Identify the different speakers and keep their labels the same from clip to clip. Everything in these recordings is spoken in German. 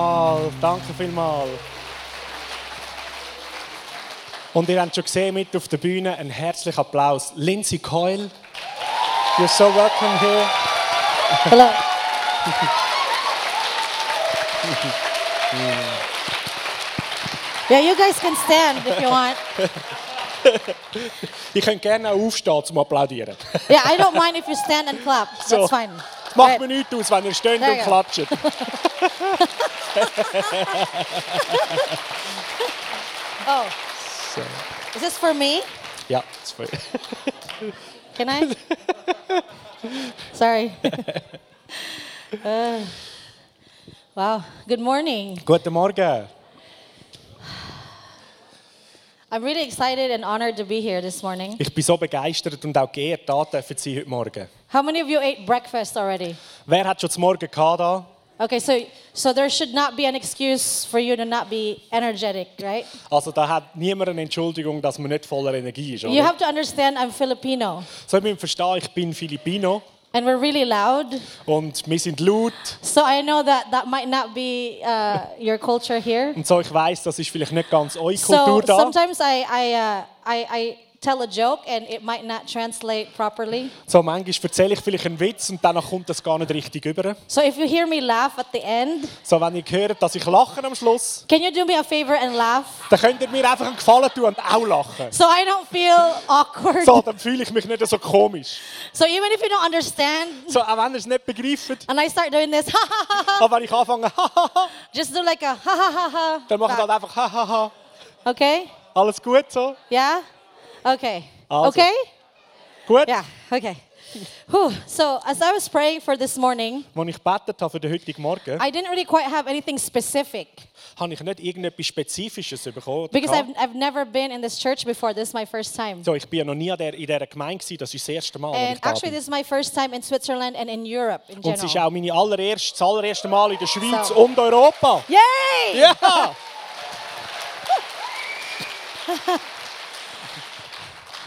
Speaker 1: vielmals, danke vielmals. Und ihr habt schon gesehen, mit auf der Bühne einen herzlichen Applaus. Lindsay Coyle, you're so welcome here.
Speaker 2: Hello. yeah, you guys can stand if you want.
Speaker 1: Ich könnte gerne auch aufstehen zum Applaudieren.
Speaker 2: Yeah, I don't mind if you stand and clap. That's
Speaker 1: So.
Speaker 2: fine.
Speaker 1: Es
Speaker 2: Right.
Speaker 1: macht mir nichts aus, wenn ihr steht
Speaker 2: Sehr
Speaker 1: und
Speaker 2: gut.
Speaker 1: klatscht.
Speaker 2: Oh,
Speaker 1: So.
Speaker 2: is this for me?
Speaker 1: Ja, das war-
Speaker 2: Can I? Sorry. Uh, wow. Good morning.
Speaker 1: Guten Morgen.
Speaker 2: I'm really excited and honored to be here this morning.
Speaker 1: Ich bin so begeistert und auch geehrt, da dürfen Sie heute Morgen.
Speaker 2: How many of you ate breakfast already?
Speaker 1: Wer hat schon zum Morgen gehabt? Da?
Speaker 2: Okay, so so there should not be an excuse for you to not be energetic, right?
Speaker 1: Also da hat niemand eine Entschuldigung, dass man nicht voller Energie ist.
Speaker 2: You
Speaker 1: Oder?
Speaker 2: have to understand I'm Filipino
Speaker 1: So, ihr müsst verstehen, ich bin Filipino
Speaker 2: and we're really loud.
Speaker 1: und wir sind laut.
Speaker 2: So I know that that might not be uh, your culture here.
Speaker 1: Und so, ich weiß, das ist vielleicht nicht ganz eure
Speaker 2: So
Speaker 1: Kultur da.
Speaker 2: sometimes I I, uh, I I tell a joke and it might not translate properly.
Speaker 1: So, manchmal erzähle ich vielleicht einen Witz und danach kommt das gar nicht richtig über.
Speaker 2: So if you hear me laugh at the end,
Speaker 1: So, wenn ihr hört, dass ich lache am Schluss,
Speaker 2: can you do me a favor and laugh
Speaker 1: dann könnt ihr mir einfach einen Gefallen tun und auch lachen.
Speaker 2: so I don't feel awkward?
Speaker 1: So, dann fühle ich mich nicht so komisch.
Speaker 2: So even if you don't understand
Speaker 1: So, auch wenn ihr es nicht begreift,
Speaker 2: and I start doing this, ha ha ha, ha,
Speaker 1: aber wenn ich anfange,
Speaker 2: just do like a ha ha ha ha.
Speaker 1: dann mache ich
Speaker 2: back.
Speaker 1: halt einfach, hahaha.
Speaker 2: Okay?
Speaker 1: Alles gut so?
Speaker 2: Yeah? Okay.
Speaker 1: Also.
Speaker 2: Okay?
Speaker 1: Gut?
Speaker 2: Yeah, okay. Whew. So, as I was praying for this morning,
Speaker 1: Als ich gebetet habe für den heutigen Morgen,
Speaker 2: I didn't really quite have anything specific
Speaker 1: habe ich nicht irgendetwas Spezifisches bekommen. oder
Speaker 2: because
Speaker 1: gehabt.
Speaker 2: I've, I've never been in this church before. This is my first time.
Speaker 1: So, ich bin ja noch nie an der, in dieser Gemeinde, gewesen. das ist das erste Mal, als
Speaker 2: And
Speaker 1: ich da
Speaker 2: actually,
Speaker 1: bin.
Speaker 2: this is my first time in Switzerland and in Europe in
Speaker 1: Und es ist
Speaker 2: general.
Speaker 1: auch meine allererste, das allererste Mal in der Schweiz
Speaker 2: So.
Speaker 1: und Europa.
Speaker 2: Yay!
Speaker 1: Ja!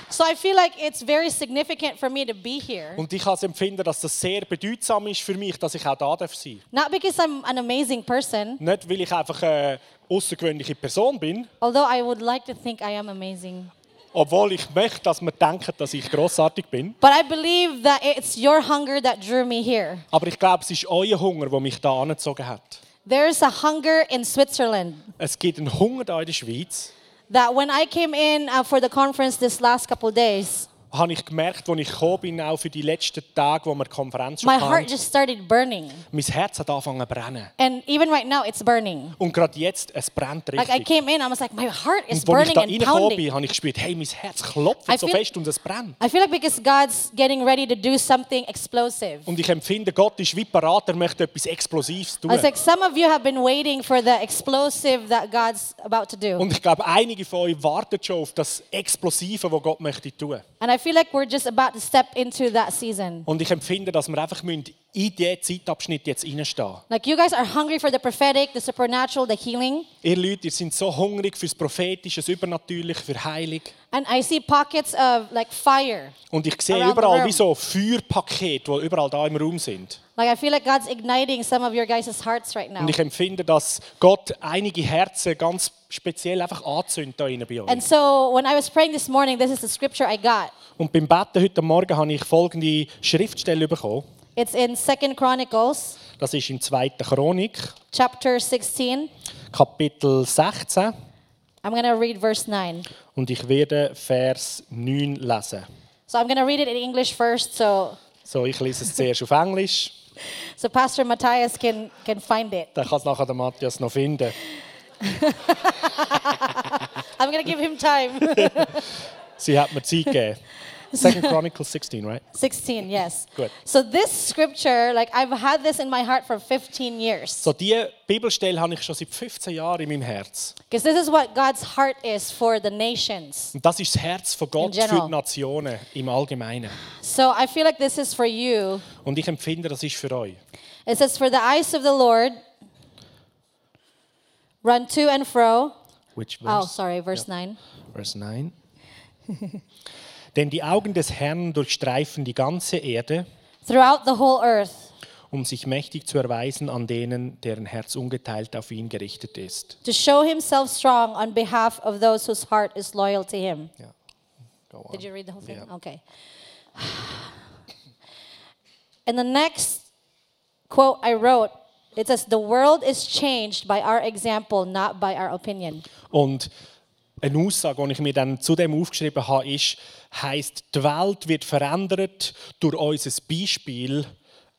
Speaker 2: So I feel like it's very significant for me to be here.
Speaker 1: Und ich kann es empfinden, dass das sehr bedeutsam ist für mich, dass ich auch da darf sein
Speaker 2: Not because I'm an amazing person,
Speaker 1: Nicht, weil ich einfach eine außergewöhnliche Person bin,
Speaker 2: although I would like to think I am amazing.
Speaker 1: obwohl ich möchte, dass man denkt, dass ich großartig bin.
Speaker 2: But I believe that it's your hunger that drew me here.
Speaker 1: Aber ich glaube, es ist euer Hunger, der mich da angezogen hat.
Speaker 2: There's a hunger in Switzerland
Speaker 1: Es gibt einen Hunger da in der Schweiz,
Speaker 2: that when I came in uh, for the conference this last couple days,
Speaker 1: habe ich gemerkt, als ich gekommen bin, auch für die letzten Tage, wo wir die Konferenz schon
Speaker 2: my heart
Speaker 1: hatten.
Speaker 2: just started burning.
Speaker 1: Mein Herz hat angefangen zu brennen.
Speaker 2: And even right now, it's burning.
Speaker 1: Und gerade jetzt, es brennt
Speaker 2: Like I
Speaker 1: richtig.
Speaker 2: came in, I was like, my heart is
Speaker 1: Und als ich
Speaker 2: burning
Speaker 1: da
Speaker 2: and
Speaker 1: reingekommen
Speaker 2: pounding.
Speaker 1: bin, habe ich gespürt, hey, mein Herz klopft
Speaker 2: I
Speaker 1: so
Speaker 2: feel-
Speaker 1: fest und es brennt.
Speaker 2: I feel like because God's getting ready to do something explosive.
Speaker 1: Und ich empfinde, Gott ist wie parat, er möchte etwas Explosives
Speaker 2: I
Speaker 1: tun.
Speaker 2: was like, some of you have been waiting for the explosive that God's about to do.
Speaker 1: Und ich glaube, einige von euch warten schon auf das Explosive, was Gott möchte tun.
Speaker 2: And I feel like we're just about to step into that season.
Speaker 1: Und ich empfinde, dass wir einfach müssen in diesen Zeitabschnitt jetzt reinstehen müssen.
Speaker 2: Like, you guys are hungry for the prophetic, the supernatural, the healing.
Speaker 1: Ihr Leute, ihr seid so hungrig fürs Prophetische, das Übernatürliche, für Heilig.
Speaker 2: And I see pockets of like fire.
Speaker 1: Und ich sehe
Speaker 2: Around the
Speaker 1: überall
Speaker 2: room.
Speaker 1: wie so Feuerpakete, die überall da im Raum sind.
Speaker 2: Like, I feel like God's igniting some of your guys' hearts right now.
Speaker 1: Und ich empfinde, dass Gott einige Herzen ganz speziell einfach anzündet da innen bei euch.
Speaker 2: And so when I was praying this morning, this is the scripture I got.
Speaker 1: Und beim Beten heute Morgen habe ich folgende Schriftstelle bekommen.
Speaker 2: It's in 2nd Chronicles
Speaker 1: Das ist im 2. Chronik,
Speaker 2: chapter 16.
Speaker 1: Kapitel 16.
Speaker 2: I'm going to read verse 9.
Speaker 1: Und ich werde Vers 9 lesen.
Speaker 2: So I'm going to read it in English first so
Speaker 1: So, ich lese es zuerst auf Englisch,
Speaker 2: so Pastor Matthias can can find it.
Speaker 1: dann kann es nachher der Matthias noch finden.
Speaker 2: I'm going to give him time.
Speaker 1: Sie hat mir Zeit gegeben. 2. Chronicles 16, right?
Speaker 2: 16, yes.
Speaker 1: Good.
Speaker 2: So this scripture, like I've had this in my heart for 15 years.
Speaker 1: So, diese Bibelstelle habe ich schon seit 15 Jahren in meinem Herz.
Speaker 2: Because this is what God's heart is for the nations.
Speaker 1: Und das ist das Herz von Gott
Speaker 2: In general.
Speaker 1: für die Nationen im Allgemeinen.
Speaker 2: So I feel like this is for you.
Speaker 1: Und ich empfinde, das ist für euch.
Speaker 2: It says, For the eyes of the Lord run to and fro.
Speaker 1: Which
Speaker 2: Oh,
Speaker 1: verse?
Speaker 2: sorry, verse 9.
Speaker 1: Vers 9. Denn die Augen des Herrn durchstreifen die ganze Erde,
Speaker 2: Throughout the whole earth,
Speaker 1: um sich mächtig zu erweisen an denen, deren Herz ungeteilt auf ihn gerichtet ist.
Speaker 2: to show himself strong on behalf of those whose heart is loyal to him.
Speaker 1: Ja. Go on.
Speaker 2: Did you read the whole thing?
Speaker 1: Yeah.
Speaker 2: Okay. And the next quote I wrote, it says, The world is changed by our example, not by our opinion.
Speaker 1: Und eine Aussage, die ich mir dann zu dem aufgeschrieben habe, ist, heisst, die Welt wird verändert durch unser Beispiel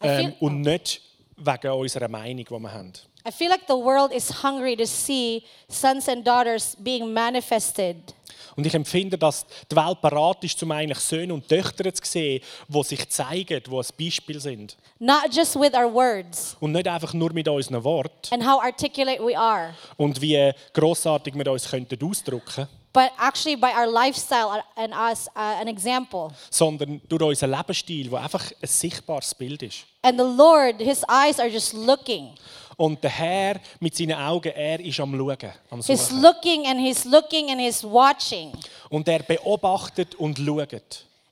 Speaker 1: ähm,
Speaker 2: feel-
Speaker 1: und nicht wegen unserer Meinung, die wir haben.
Speaker 2: I feel like the world is hungry to see sons and daughters being manifested.
Speaker 1: Und ich empfinde, dass die Welt parat ist, um eigentlich Söhne und Töchter zu sehen, die sich zeigen, die ein Beispiel sind.
Speaker 2: Not just with our words
Speaker 1: Und nicht einfach nur mit unseren Worten
Speaker 2: and how articulate we are,
Speaker 1: und wie grossartig wir uns könnten ausdrücken könnten,
Speaker 2: but actually by our lifestyle and us, uh, an example.
Speaker 1: sondern durch unseren Lebensstil, der einfach ein sichtbares Bild ist.
Speaker 2: And the Lord, His eyes are just looking.
Speaker 1: Und der Herr mit seinen Augen, er ist am Schauen, am
Speaker 2: He's
Speaker 1: Suchen.
Speaker 2: looking and He's looking and He's watching.
Speaker 1: Und er beobachtet und schaut.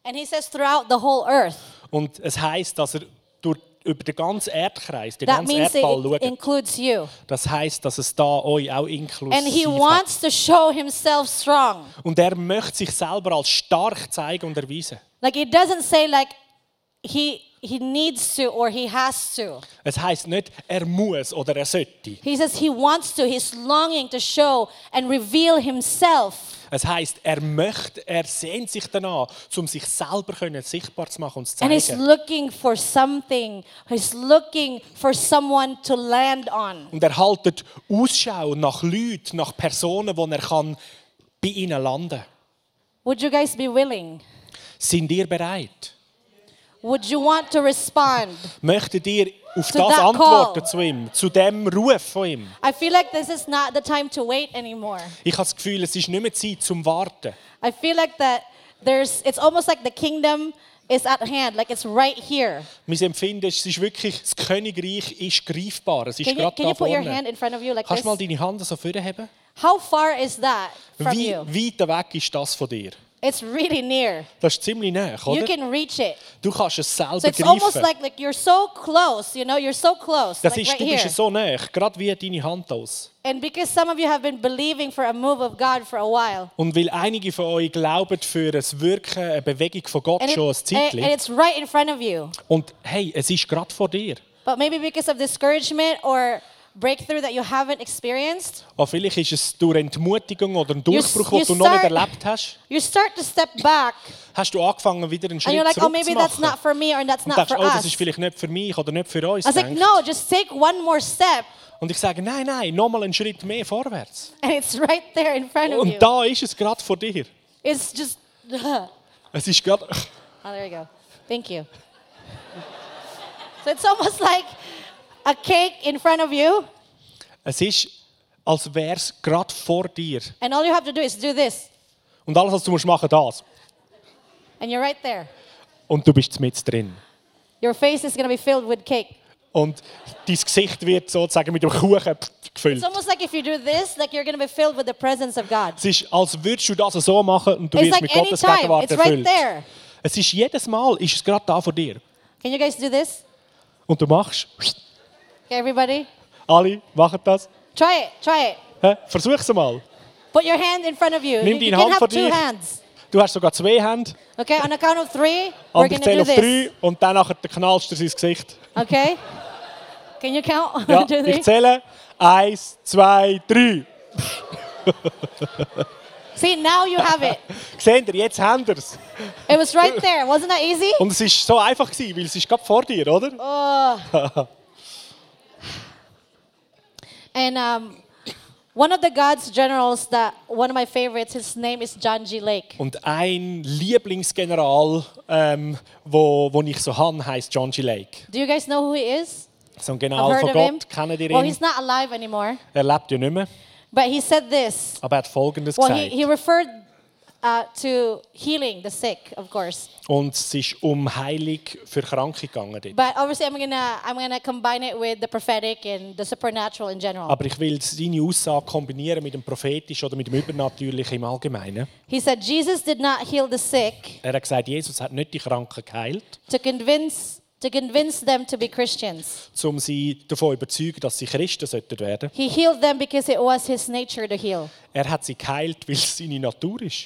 Speaker 2: And He says, throughout the whole earth.
Speaker 1: Und es heißt, dass er durch, über den ganzen Erdkreis, den
Speaker 2: That
Speaker 1: ganzen
Speaker 2: means it,
Speaker 1: Erdball schaut.
Speaker 2: it includes you.
Speaker 1: Das heißt, dass es da euch auch
Speaker 2: And He
Speaker 1: inklusiv hat.
Speaker 2: wants to show Himself strong.
Speaker 1: Und er möchte sich selber als stark zeigen und erweisen.
Speaker 2: Like it doesn't say like he he needs to or he has to.
Speaker 1: Es heißt nicht, er muss oder er sollte.
Speaker 2: He says he wants to. He's longing to show and reveal himself.
Speaker 1: Es heißt, er möchte, er sehnt sich danach, um sich selber können, sichtbar zu machen und zu
Speaker 2: And he's
Speaker 1: zeigen.
Speaker 2: looking for something. He's looking for someone to land on.
Speaker 1: Und er haltet Ausschau nach Leuten, nach Personen, wo er kann bei ihnen landen.
Speaker 2: Would you guys be willing?
Speaker 1: Sind ihr bereit?
Speaker 2: Would you want to respond?
Speaker 1: Möchtet ihr auf
Speaker 2: To
Speaker 1: das
Speaker 2: that
Speaker 1: antworten
Speaker 2: call.
Speaker 1: zu ihm, zu dem Ruf von ihm?
Speaker 2: I feel like this is not the time to wait anymore.
Speaker 1: Ich habe das Gefühl, es ist nicht mehr Zeit zum Warten.
Speaker 2: I feel like that there's it's almost like the kingdom is at hand, like it's right here.
Speaker 1: Mein Empfinden ist, es ist wirklich, das Königreich ist greifbar. Es ist
Speaker 2: Can you,
Speaker 1: gerade
Speaker 2: can you
Speaker 1: da
Speaker 2: put your hand
Speaker 1: vorne.
Speaker 2: in front of you like
Speaker 1: Kannst du mal
Speaker 2: this?
Speaker 1: deine Hand so vorheben?
Speaker 2: How far is that from
Speaker 1: Wie
Speaker 2: you?
Speaker 1: weit weg ist das von dir?
Speaker 2: It's really near.
Speaker 1: Das ist ziemlich nah,
Speaker 2: You
Speaker 1: oder?
Speaker 2: can reach it.
Speaker 1: Du kannst es selber
Speaker 2: So it's almost
Speaker 1: greifen.
Speaker 2: like, like you're so close, you know, you're so close.
Speaker 1: Das
Speaker 2: Like
Speaker 1: ist,
Speaker 2: right
Speaker 1: du
Speaker 2: here.
Speaker 1: bist so nah, gerade wie deine Hand aus.
Speaker 2: And because some of you have been believing for a move of God for a while.
Speaker 1: Und weil einige von euch glauben für ein Wirken, eine Bewegung von Gott
Speaker 2: And, it-
Speaker 1: schon ein
Speaker 2: and, and
Speaker 1: Zeitchen.
Speaker 2: it's right in front of you.
Speaker 1: Und hey, es ist gerade vor dir.
Speaker 2: But maybe because of discouragement or breakthrough that you haven't experienced,
Speaker 1: Und Ah, vielleicht ist es durch Entmutigung oder einen
Speaker 2: You-
Speaker 1: Durchbruch,
Speaker 2: you
Speaker 1: den du noch nicht
Speaker 2: start-
Speaker 1: erlebt hast,
Speaker 2: you start to step back
Speaker 1: hast du angefangen, wieder einen
Speaker 2: and
Speaker 1: Schritt
Speaker 2: you're like, oh,
Speaker 1: zurück zu
Speaker 2: maybe that's
Speaker 1: machen.
Speaker 2: not for me or that's
Speaker 1: und
Speaker 2: not
Speaker 1: denkst,
Speaker 2: for
Speaker 1: oh, das ist
Speaker 2: us. I
Speaker 1: vielleicht nicht für mich oder nicht für uns.
Speaker 2: was like,
Speaker 1: denkt.
Speaker 2: no, just take one more step
Speaker 1: Und ich sage, nein, nein, nochmal einen Schritt mehr vorwärts.
Speaker 2: and it's right there in front of
Speaker 1: Und
Speaker 2: you.
Speaker 1: da ist es gerade vor dir.
Speaker 2: It's just.
Speaker 1: Es ist gerade...
Speaker 2: Oh, there you go. Thank you. so it's almost like a cake in front of you,
Speaker 1: Es ist, als wäre es gerade vor dir.
Speaker 2: and all you have to do is do this,
Speaker 1: Und alles, was du musst machen, das.
Speaker 2: and you're right there.
Speaker 1: Und du bist mit drin.
Speaker 2: Your face is going to be filled with cake.
Speaker 1: Und dein Gesicht wird sozusagen mit dem Kuchen gefüllt.
Speaker 2: It's almost like if you do this, like you're going to be filled with the presence of God.
Speaker 1: Es ist, als würdest du das so machen und du
Speaker 2: It's
Speaker 1: wirst
Speaker 2: like
Speaker 1: mit
Speaker 2: any
Speaker 1: Gottes
Speaker 2: time.
Speaker 1: Gegenwart
Speaker 2: It's right
Speaker 1: erfüllt.
Speaker 2: there.
Speaker 1: Es ist jedes Mal, ist es gerade da vor dir.
Speaker 2: Can you guys do this?
Speaker 1: Und du machst,
Speaker 2: Okay, everybody,
Speaker 1: alle machen das.
Speaker 2: try it. Try it.
Speaker 1: Hä? Versuch's mal.
Speaker 2: Put your hand in front of you.
Speaker 1: Nimm deine
Speaker 2: you can
Speaker 1: Hand
Speaker 2: have
Speaker 1: vor
Speaker 2: two
Speaker 1: dich.
Speaker 2: hands.
Speaker 1: Du hast sogar zwei Hände.
Speaker 2: Okay, on a count of three, we're
Speaker 1: Und
Speaker 2: going
Speaker 1: ich
Speaker 2: to
Speaker 1: zähle
Speaker 2: do
Speaker 1: auf
Speaker 2: this.
Speaker 1: drei und dann nachher knallst du dir ins Gesicht.
Speaker 2: Okay? Can you count?
Speaker 1: Ja,
Speaker 2: Do
Speaker 1: ich
Speaker 2: three?
Speaker 1: zähle. Eins, zwei, drei.
Speaker 2: See, now you have it.
Speaker 1: Seht ihr, jetzt habt ihr es.
Speaker 2: It was right there. Wasn't that easy?
Speaker 1: Und es war so einfach, gewesen, weil es ist gerade vor dir, oder?
Speaker 2: And um, one of the God's generals that one of my favorites, his name is John G. Lake.
Speaker 1: Und ein Lieblingsgeneral, ähm, wo, wo ich so han, heißt John G. Lake.
Speaker 2: Do you guys know who he is?
Speaker 1: So ein
Speaker 2: I've
Speaker 1: General
Speaker 2: heard
Speaker 1: von
Speaker 2: of him.
Speaker 1: Gott, kennt ihr
Speaker 2: Well,
Speaker 1: ihn?
Speaker 2: he's not alive anymore,
Speaker 1: Er lebt ja nicht mehr,
Speaker 2: but he said this.
Speaker 1: aber er hat Folgendes
Speaker 2: Well, he,
Speaker 1: gesagt.
Speaker 2: he referred uh, to healing the sick, of course.
Speaker 1: Und es ist um Heilung für Kranke gegangen. Dort.
Speaker 2: But obviously, I'm gonna I'm gonna combine it with the prophetic and the supernatural in general.
Speaker 1: Aber ich will seine Aussage kombinieren mit dem Prophetischen oder mit dem Übernatürlichen im Allgemeinen.
Speaker 2: He said Jesus did not heal the sick
Speaker 1: Er hat gesagt, Jesus hat nicht die Kranken geheilt,
Speaker 2: to convince to convince them to be Christians.
Speaker 1: um sie davon zu überzeugen, dass sie Christen sollten werden.
Speaker 2: He healed them because it was his nature to heal.
Speaker 1: Er hat sie geheilt, weil es seine Natur ist.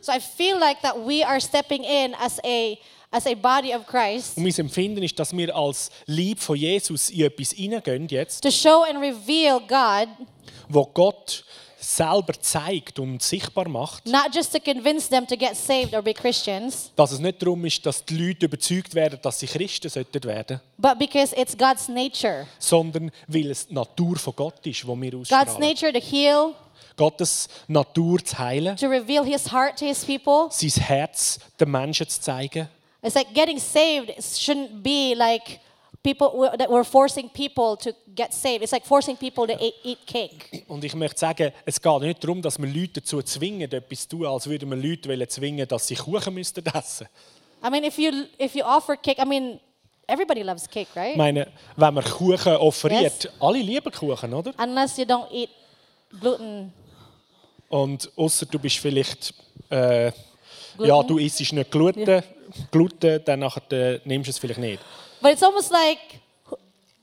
Speaker 2: So I feel like that we are stepping in as a as a body of Christ
Speaker 1: Und mein Empfinden ist, dass wir als Lieb von Jesus in etwas hineingehen jetzt,
Speaker 2: to show and reveal God,
Speaker 1: wo Gott selber zeigt und sichtbar macht,
Speaker 2: not just to convince them to get saved or be Christians,
Speaker 1: dass es nicht darum ist, dass die Leute überzeugt werden, dass sie Christen sollten werden,
Speaker 2: but because it's God's nature.
Speaker 1: sondern weil es die Natur von Gott ist, wo wir
Speaker 2: God's
Speaker 1: ausstrahlen.
Speaker 2: nature to heal,
Speaker 1: Gottes Natur zu heilen,
Speaker 2: to reveal his heart to his people.
Speaker 1: sein Herz den Menschen zu zeigen.
Speaker 2: It's like getting saved shouldn't be like people that we're forcing people to get saved. It's like forcing people to eat, eat cake.
Speaker 1: Und ich möchte sagen, es geht nicht darum, dass wir Leute dazu zwingen, etwas zu tun, als würden wir Leute wollen zwingen, dass sie Kuchen müssten essen.
Speaker 2: I mean, if you if you offer cake, I mean, everybody loves cake,
Speaker 1: Ich
Speaker 2: right?
Speaker 1: meine, wenn man Kuchen offeriert,
Speaker 2: Yes.
Speaker 1: alle lieben Kuchen, oder?
Speaker 2: Unless you don't eat gluten.
Speaker 1: Und außer du bist vielleicht, äh, ja,
Speaker 2: Gluten.
Speaker 1: du isst nicht Gluten, Gluten, dann nachher, äh, nimmst du es vielleicht nicht.
Speaker 2: But it's almost like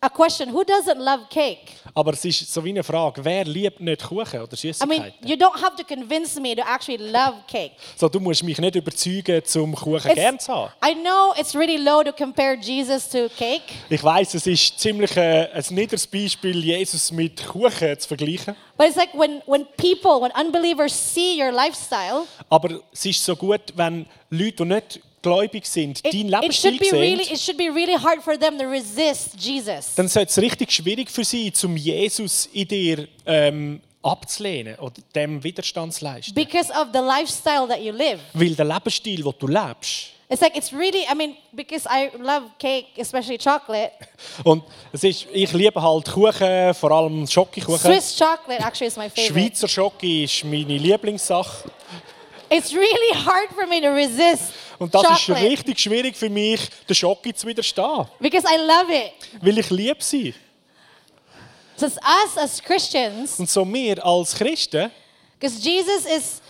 Speaker 2: a question, who doesn't love cake?
Speaker 1: Aber es ist so wie eine Frage, wer liebt nicht Kuchen oder
Speaker 2: I mean,
Speaker 1: Süßigkeiten?
Speaker 2: you don't have to convince me to actually love cake.
Speaker 1: so, du musst mich nicht überzeugen, zum Kuchen
Speaker 2: It's-
Speaker 1: gern zu haben.
Speaker 2: I know it's really low to compare Jesus to cake,
Speaker 1: Ich weiß, es ist ziemlich äh, ein niederes Beispiel, Jesus mit Kuchen zu vergleichen.
Speaker 2: but it's like when, when people, when unbelievers see your lifestyle,
Speaker 1: Aber es ist so gut, wenn Leute, die nicht gläubig sind,
Speaker 2: it,
Speaker 1: deinen
Speaker 2: it should
Speaker 1: Lebensstil
Speaker 2: be
Speaker 1: sehen,
Speaker 2: really it should be really hard for them to resist Jesus.
Speaker 1: dann sollte es richtig schwierig für sie, zum Jesus in dir ähm, abzulehnen oder dem Widerstand zu leisten.
Speaker 2: Because of the lifestyle that you live.
Speaker 1: Weil der Lebensstil, den du lebst,
Speaker 2: It's like it's really I mean, because I love cake, especially chocolate.
Speaker 1: und es ist, ich liebe halt Kuchen, vor allem Schokokuchen.
Speaker 2: Swiss chocolate actually is my favorite.
Speaker 1: Schweizer Schoki ist meine Lieblingssache.
Speaker 2: It's really hard for me to resist
Speaker 1: Und das ist
Speaker 2: chocolate
Speaker 1: richtig schwierig für mich, den Schoki zu widerstehen.
Speaker 2: because I love it.
Speaker 1: Weil ich liebe sie.
Speaker 2: So it's us as Christians,
Speaker 1: Und so wir als Christen,
Speaker 2: because Jesus is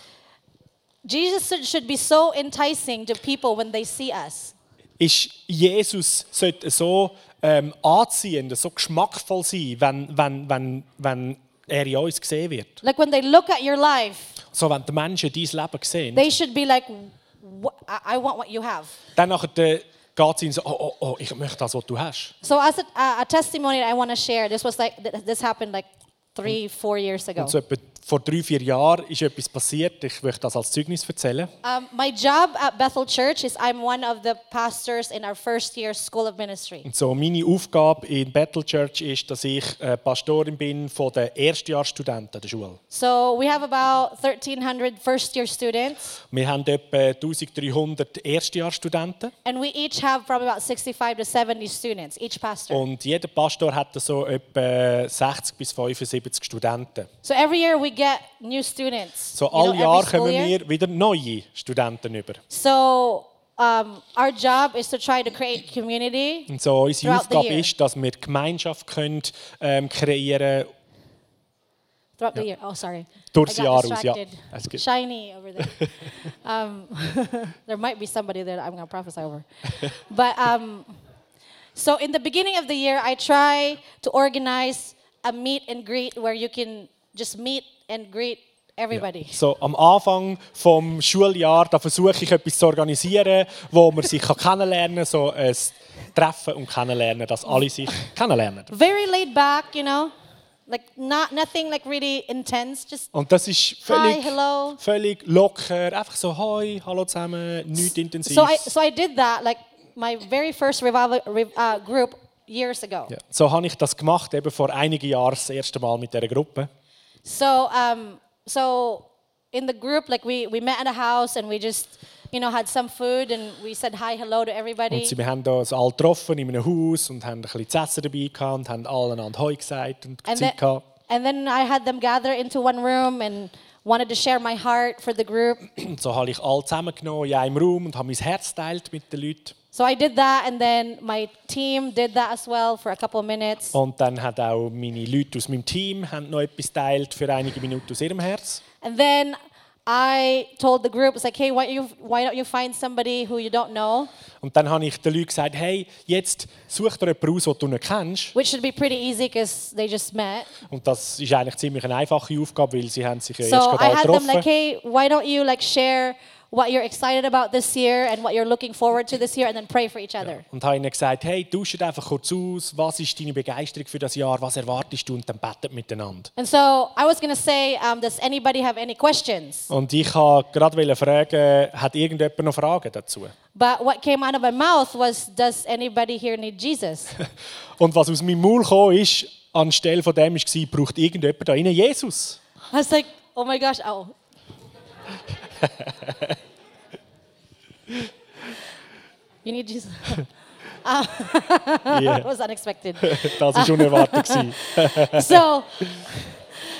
Speaker 2: Jesus should- should be so enticing to people when they see us.
Speaker 1: ist Jesus sollte so ähm, anziehend, so geschmackvoll sein, wenn, wenn, wenn, wenn er in uns gesehen wird.
Speaker 2: Like when they look at your life,
Speaker 1: So, wenn die Menschen dein Leben sehen,
Speaker 2: they should be like, "Wha- I I want what you have.
Speaker 1: dann nachher äh, geht es ihnen so, oh, oh, oh, ich möchte das, was du hast.
Speaker 2: So as a, a a testimony that I want to share, this was like th- this happened like three, four years ago.
Speaker 1: Und so etwa vor drei, vier Jahren ist etwas passiert, ich möchte das als Zeugnis erzählen.
Speaker 2: Um, my job at Bethel Church is I'm one of the pastors in our first year school of ministry.
Speaker 1: Und so meine Aufgabe in Battle Church ist, dass ich äh, Pastorin bin von den Erstjahrstudenten der Schule.
Speaker 2: So we have about 1,300 first year students,
Speaker 1: Wir haben etwa 1300 Erstjahrstudenten.
Speaker 2: and we each have probably about 65 to 70 students, each pastor.
Speaker 1: Und jeder Pastor hat so etwa 60 bis 75 Studenten.
Speaker 2: So every year we get new students.
Speaker 1: So
Speaker 2: you know,
Speaker 1: alle
Speaker 2: every
Speaker 1: Jahr
Speaker 2: school
Speaker 1: kommen
Speaker 2: year.
Speaker 1: wir wieder neue Studenten über.
Speaker 2: So um, our job is to try to create community.
Speaker 1: Und so unsere
Speaker 2: Throughout the
Speaker 1: Aufgabe
Speaker 2: year.
Speaker 1: ist, dass wir die Gemeinschaft können, ähm, kreieren
Speaker 2: throughout the year. Oh, sorry.
Speaker 1: Durchs
Speaker 2: I got
Speaker 1: Jahr aus, ja.
Speaker 2: distracted.
Speaker 1: That's good.
Speaker 2: Shiny over there. um, there might be somebody there that I'm going to prophesy over. but um, so in the beginning of the year, I try to organize a meet and greet where you can just meet and greet everybody.
Speaker 1: So am Anfang vom Schuljahr, da versuche ich etwas zu organisieren, wo man sich kann kennenlernen kann, so ein Treffen und kennenlernen, dass alle sich kennenlernen.
Speaker 2: Very laid back, you know, like not nothing like really intense. Just
Speaker 1: Und das ist völlig,
Speaker 2: Hi, hello.
Speaker 1: völlig locker, einfach so Hi, hallo zusammen, nichts intensiv.
Speaker 2: so I so I did that like my very first revival rev- uh, group years ago.
Speaker 1: Ja. So habe ich das gemacht, eben vor einigen Jahren das erste Mal mit dieser Gruppe.
Speaker 2: So, um, so in the group, like we, we met at a house and we just, you know, had some food and we said hi, hello to
Speaker 1: Und
Speaker 2: everybody.
Speaker 1: sie, wir haben uns alle getroffen in einem Haus und haben ein bisschen zu essen dabei gehabt und haben allen an Heu gesagt und
Speaker 2: And then,
Speaker 1: Zeit gehabt.
Speaker 2: and then I had them gather into one room and wanted to share my heart for the group.
Speaker 1: Und so habe ich alle zusammengenommen in einem Raum und habe mein Herz teilt mit den Leuten.
Speaker 2: So I did that and then my team did that as well for a couple of minutes.
Speaker 1: Und dann haben auch meine Leute aus meinem Team haben noch etwas teilt für einige Minuten aus ihrem Herz.
Speaker 2: And then I told the group, it's like, hey, why, don't you, why don't you find somebody who you don't know,
Speaker 1: Und dann habe ich den Leuten gesagt, hey, jetzt such dir jemanden aus, den du nicht kennst.
Speaker 2: which should be pretty easy because they just met.
Speaker 1: Und das ist eigentlich ziemlich eine einfache Aufgabe, weil sie haben sich ja jetzt
Speaker 2: So
Speaker 1: gerade
Speaker 2: I
Speaker 1: alle
Speaker 2: had them
Speaker 1: getroffen.
Speaker 2: like, hey, why don't you like share what you're excited about this year and what you're looking forward to this year, and then pray for each other.
Speaker 1: und habe ihnen gesagt, hey, tauscht einfach kurz aus, was ist deine Begeisterung für das Jahr, was erwartest du und dann betet miteinander.
Speaker 2: And so I was gonna say, um, does anybody have any questions?
Speaker 1: Und ich wollte gerade fragen, hat irgendjemand noch Fragen dazu?
Speaker 2: But what came out of my mouth was, does anybody here need Jesus?
Speaker 1: Und was aus meinem Maul kam, ist, anstelle von dem war, braucht irgendjemand da innen Jesus?
Speaker 2: I was like, oh my gosh, oh. you need Jesus. It
Speaker 1: Yeah,
Speaker 2: was unexpected.
Speaker 1: das war unerwartet. gewesen.
Speaker 2: so,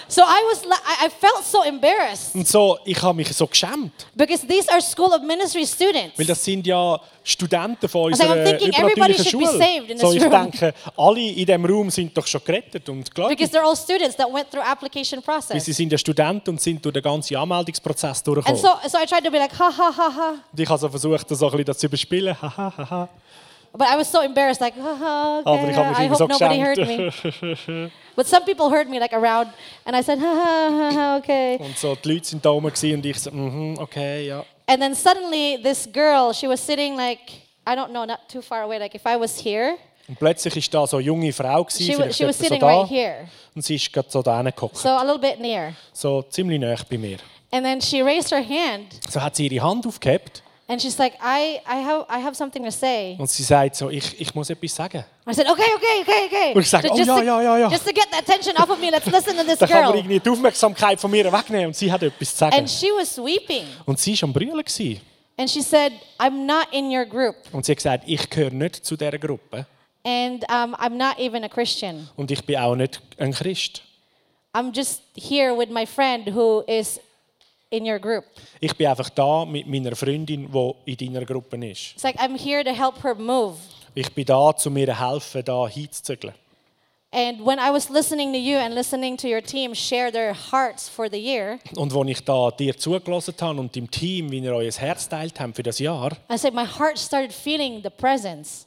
Speaker 2: so I was, li- I I felt so embarrassed
Speaker 1: Und so, ich habe mich so geschämt,
Speaker 2: because these are School of Ministry students.
Speaker 1: weil das sind ja Studenten von
Speaker 2: Also, I'm
Speaker 1: unserer
Speaker 2: thinking everybody
Speaker 1: übernatürlichen
Speaker 2: should be
Speaker 1: Schule.
Speaker 2: saved in
Speaker 1: So,
Speaker 2: this
Speaker 1: ich
Speaker 2: room.
Speaker 1: denke, alle in diesem Raum sind doch schon gerettet und gläubig.
Speaker 2: Because they're all students that went through application
Speaker 1: Weil sie
Speaker 2: process.
Speaker 1: sind ja Studenten und sind durch den ganzen Anmeldungsprozess
Speaker 2: And
Speaker 1: durchgekommen.
Speaker 2: so, so I tried to be like, ha ha ha ha.
Speaker 1: und ich habe so versucht, das so ein bisschen das zu überspielen. Haha, haha.
Speaker 2: But I was so embarrassed, like, ha ha.
Speaker 1: Aber
Speaker 2: Okay,
Speaker 1: ich habe mich
Speaker 2: I
Speaker 1: immer
Speaker 2: hope
Speaker 1: so
Speaker 2: nobody
Speaker 1: geschämt.
Speaker 2: heard me. But some people heard me, like, around, and I said, ha ha ha ha, okay.
Speaker 1: Und so, die Leute sind da oben gewesen und ich so, mhm, okay, ja.
Speaker 2: And then suddenly, this girl, she was sitting like, I don't know, not too far away. Like, if I was here,
Speaker 1: Und plötzlich ist da so eine junge Frau gewesen,
Speaker 2: she, wa-
Speaker 1: vielleicht
Speaker 2: she was
Speaker 1: etwa so
Speaker 2: sitting
Speaker 1: da,
Speaker 2: right here,
Speaker 1: und sie ist gerade so da hingehockt.
Speaker 2: so a little bit near.
Speaker 1: So ziemlich nah bei mir.
Speaker 2: And then she raised her hand,
Speaker 1: So hat sie ihre Hand aufgehabt
Speaker 2: and she's like, I, I have, I have something to say.
Speaker 1: und sie sagt so, ich, ich muss etwas sagen.
Speaker 2: I said, okay, okay, okay, okay.
Speaker 1: Und ich sag,
Speaker 2: Ju-
Speaker 1: oh,
Speaker 2: just,
Speaker 1: ja,
Speaker 2: to,
Speaker 1: ja, ja, ja.
Speaker 2: just to get the attention off of me, let's listen to this
Speaker 1: Da kann man
Speaker 2: girl.
Speaker 1: irgendwie die Aufmerksamkeit von mir wegnehmen und sie hat etwas zu sagen.
Speaker 2: And she was weeping.
Speaker 1: Und sie war am Brüllen. gewesen.
Speaker 2: And she said, I'm not in your group.
Speaker 1: Und sie hat gesagt, ich gehöre nicht zu dieser Gruppe
Speaker 2: And um, I'm not even a Christian.
Speaker 1: und ich bin auch nicht ein Christ.
Speaker 2: I'm just here with my friend who is in your group.
Speaker 1: Ich bin einfach da mit meiner Freundin, die in deiner Gruppe ist.
Speaker 2: It's like, I'm here to help her move.
Speaker 1: Ich bin da, um ihr zu helfen, da hinzuzügeln.
Speaker 2: And when I was listening to you and listening to your team share their hearts for the year,
Speaker 1: Und als ich da dir zugelassen habe und dem Team, wie ihr euer Herz teilt habt für das Jahr,
Speaker 2: I said, my heart started feeling the presence.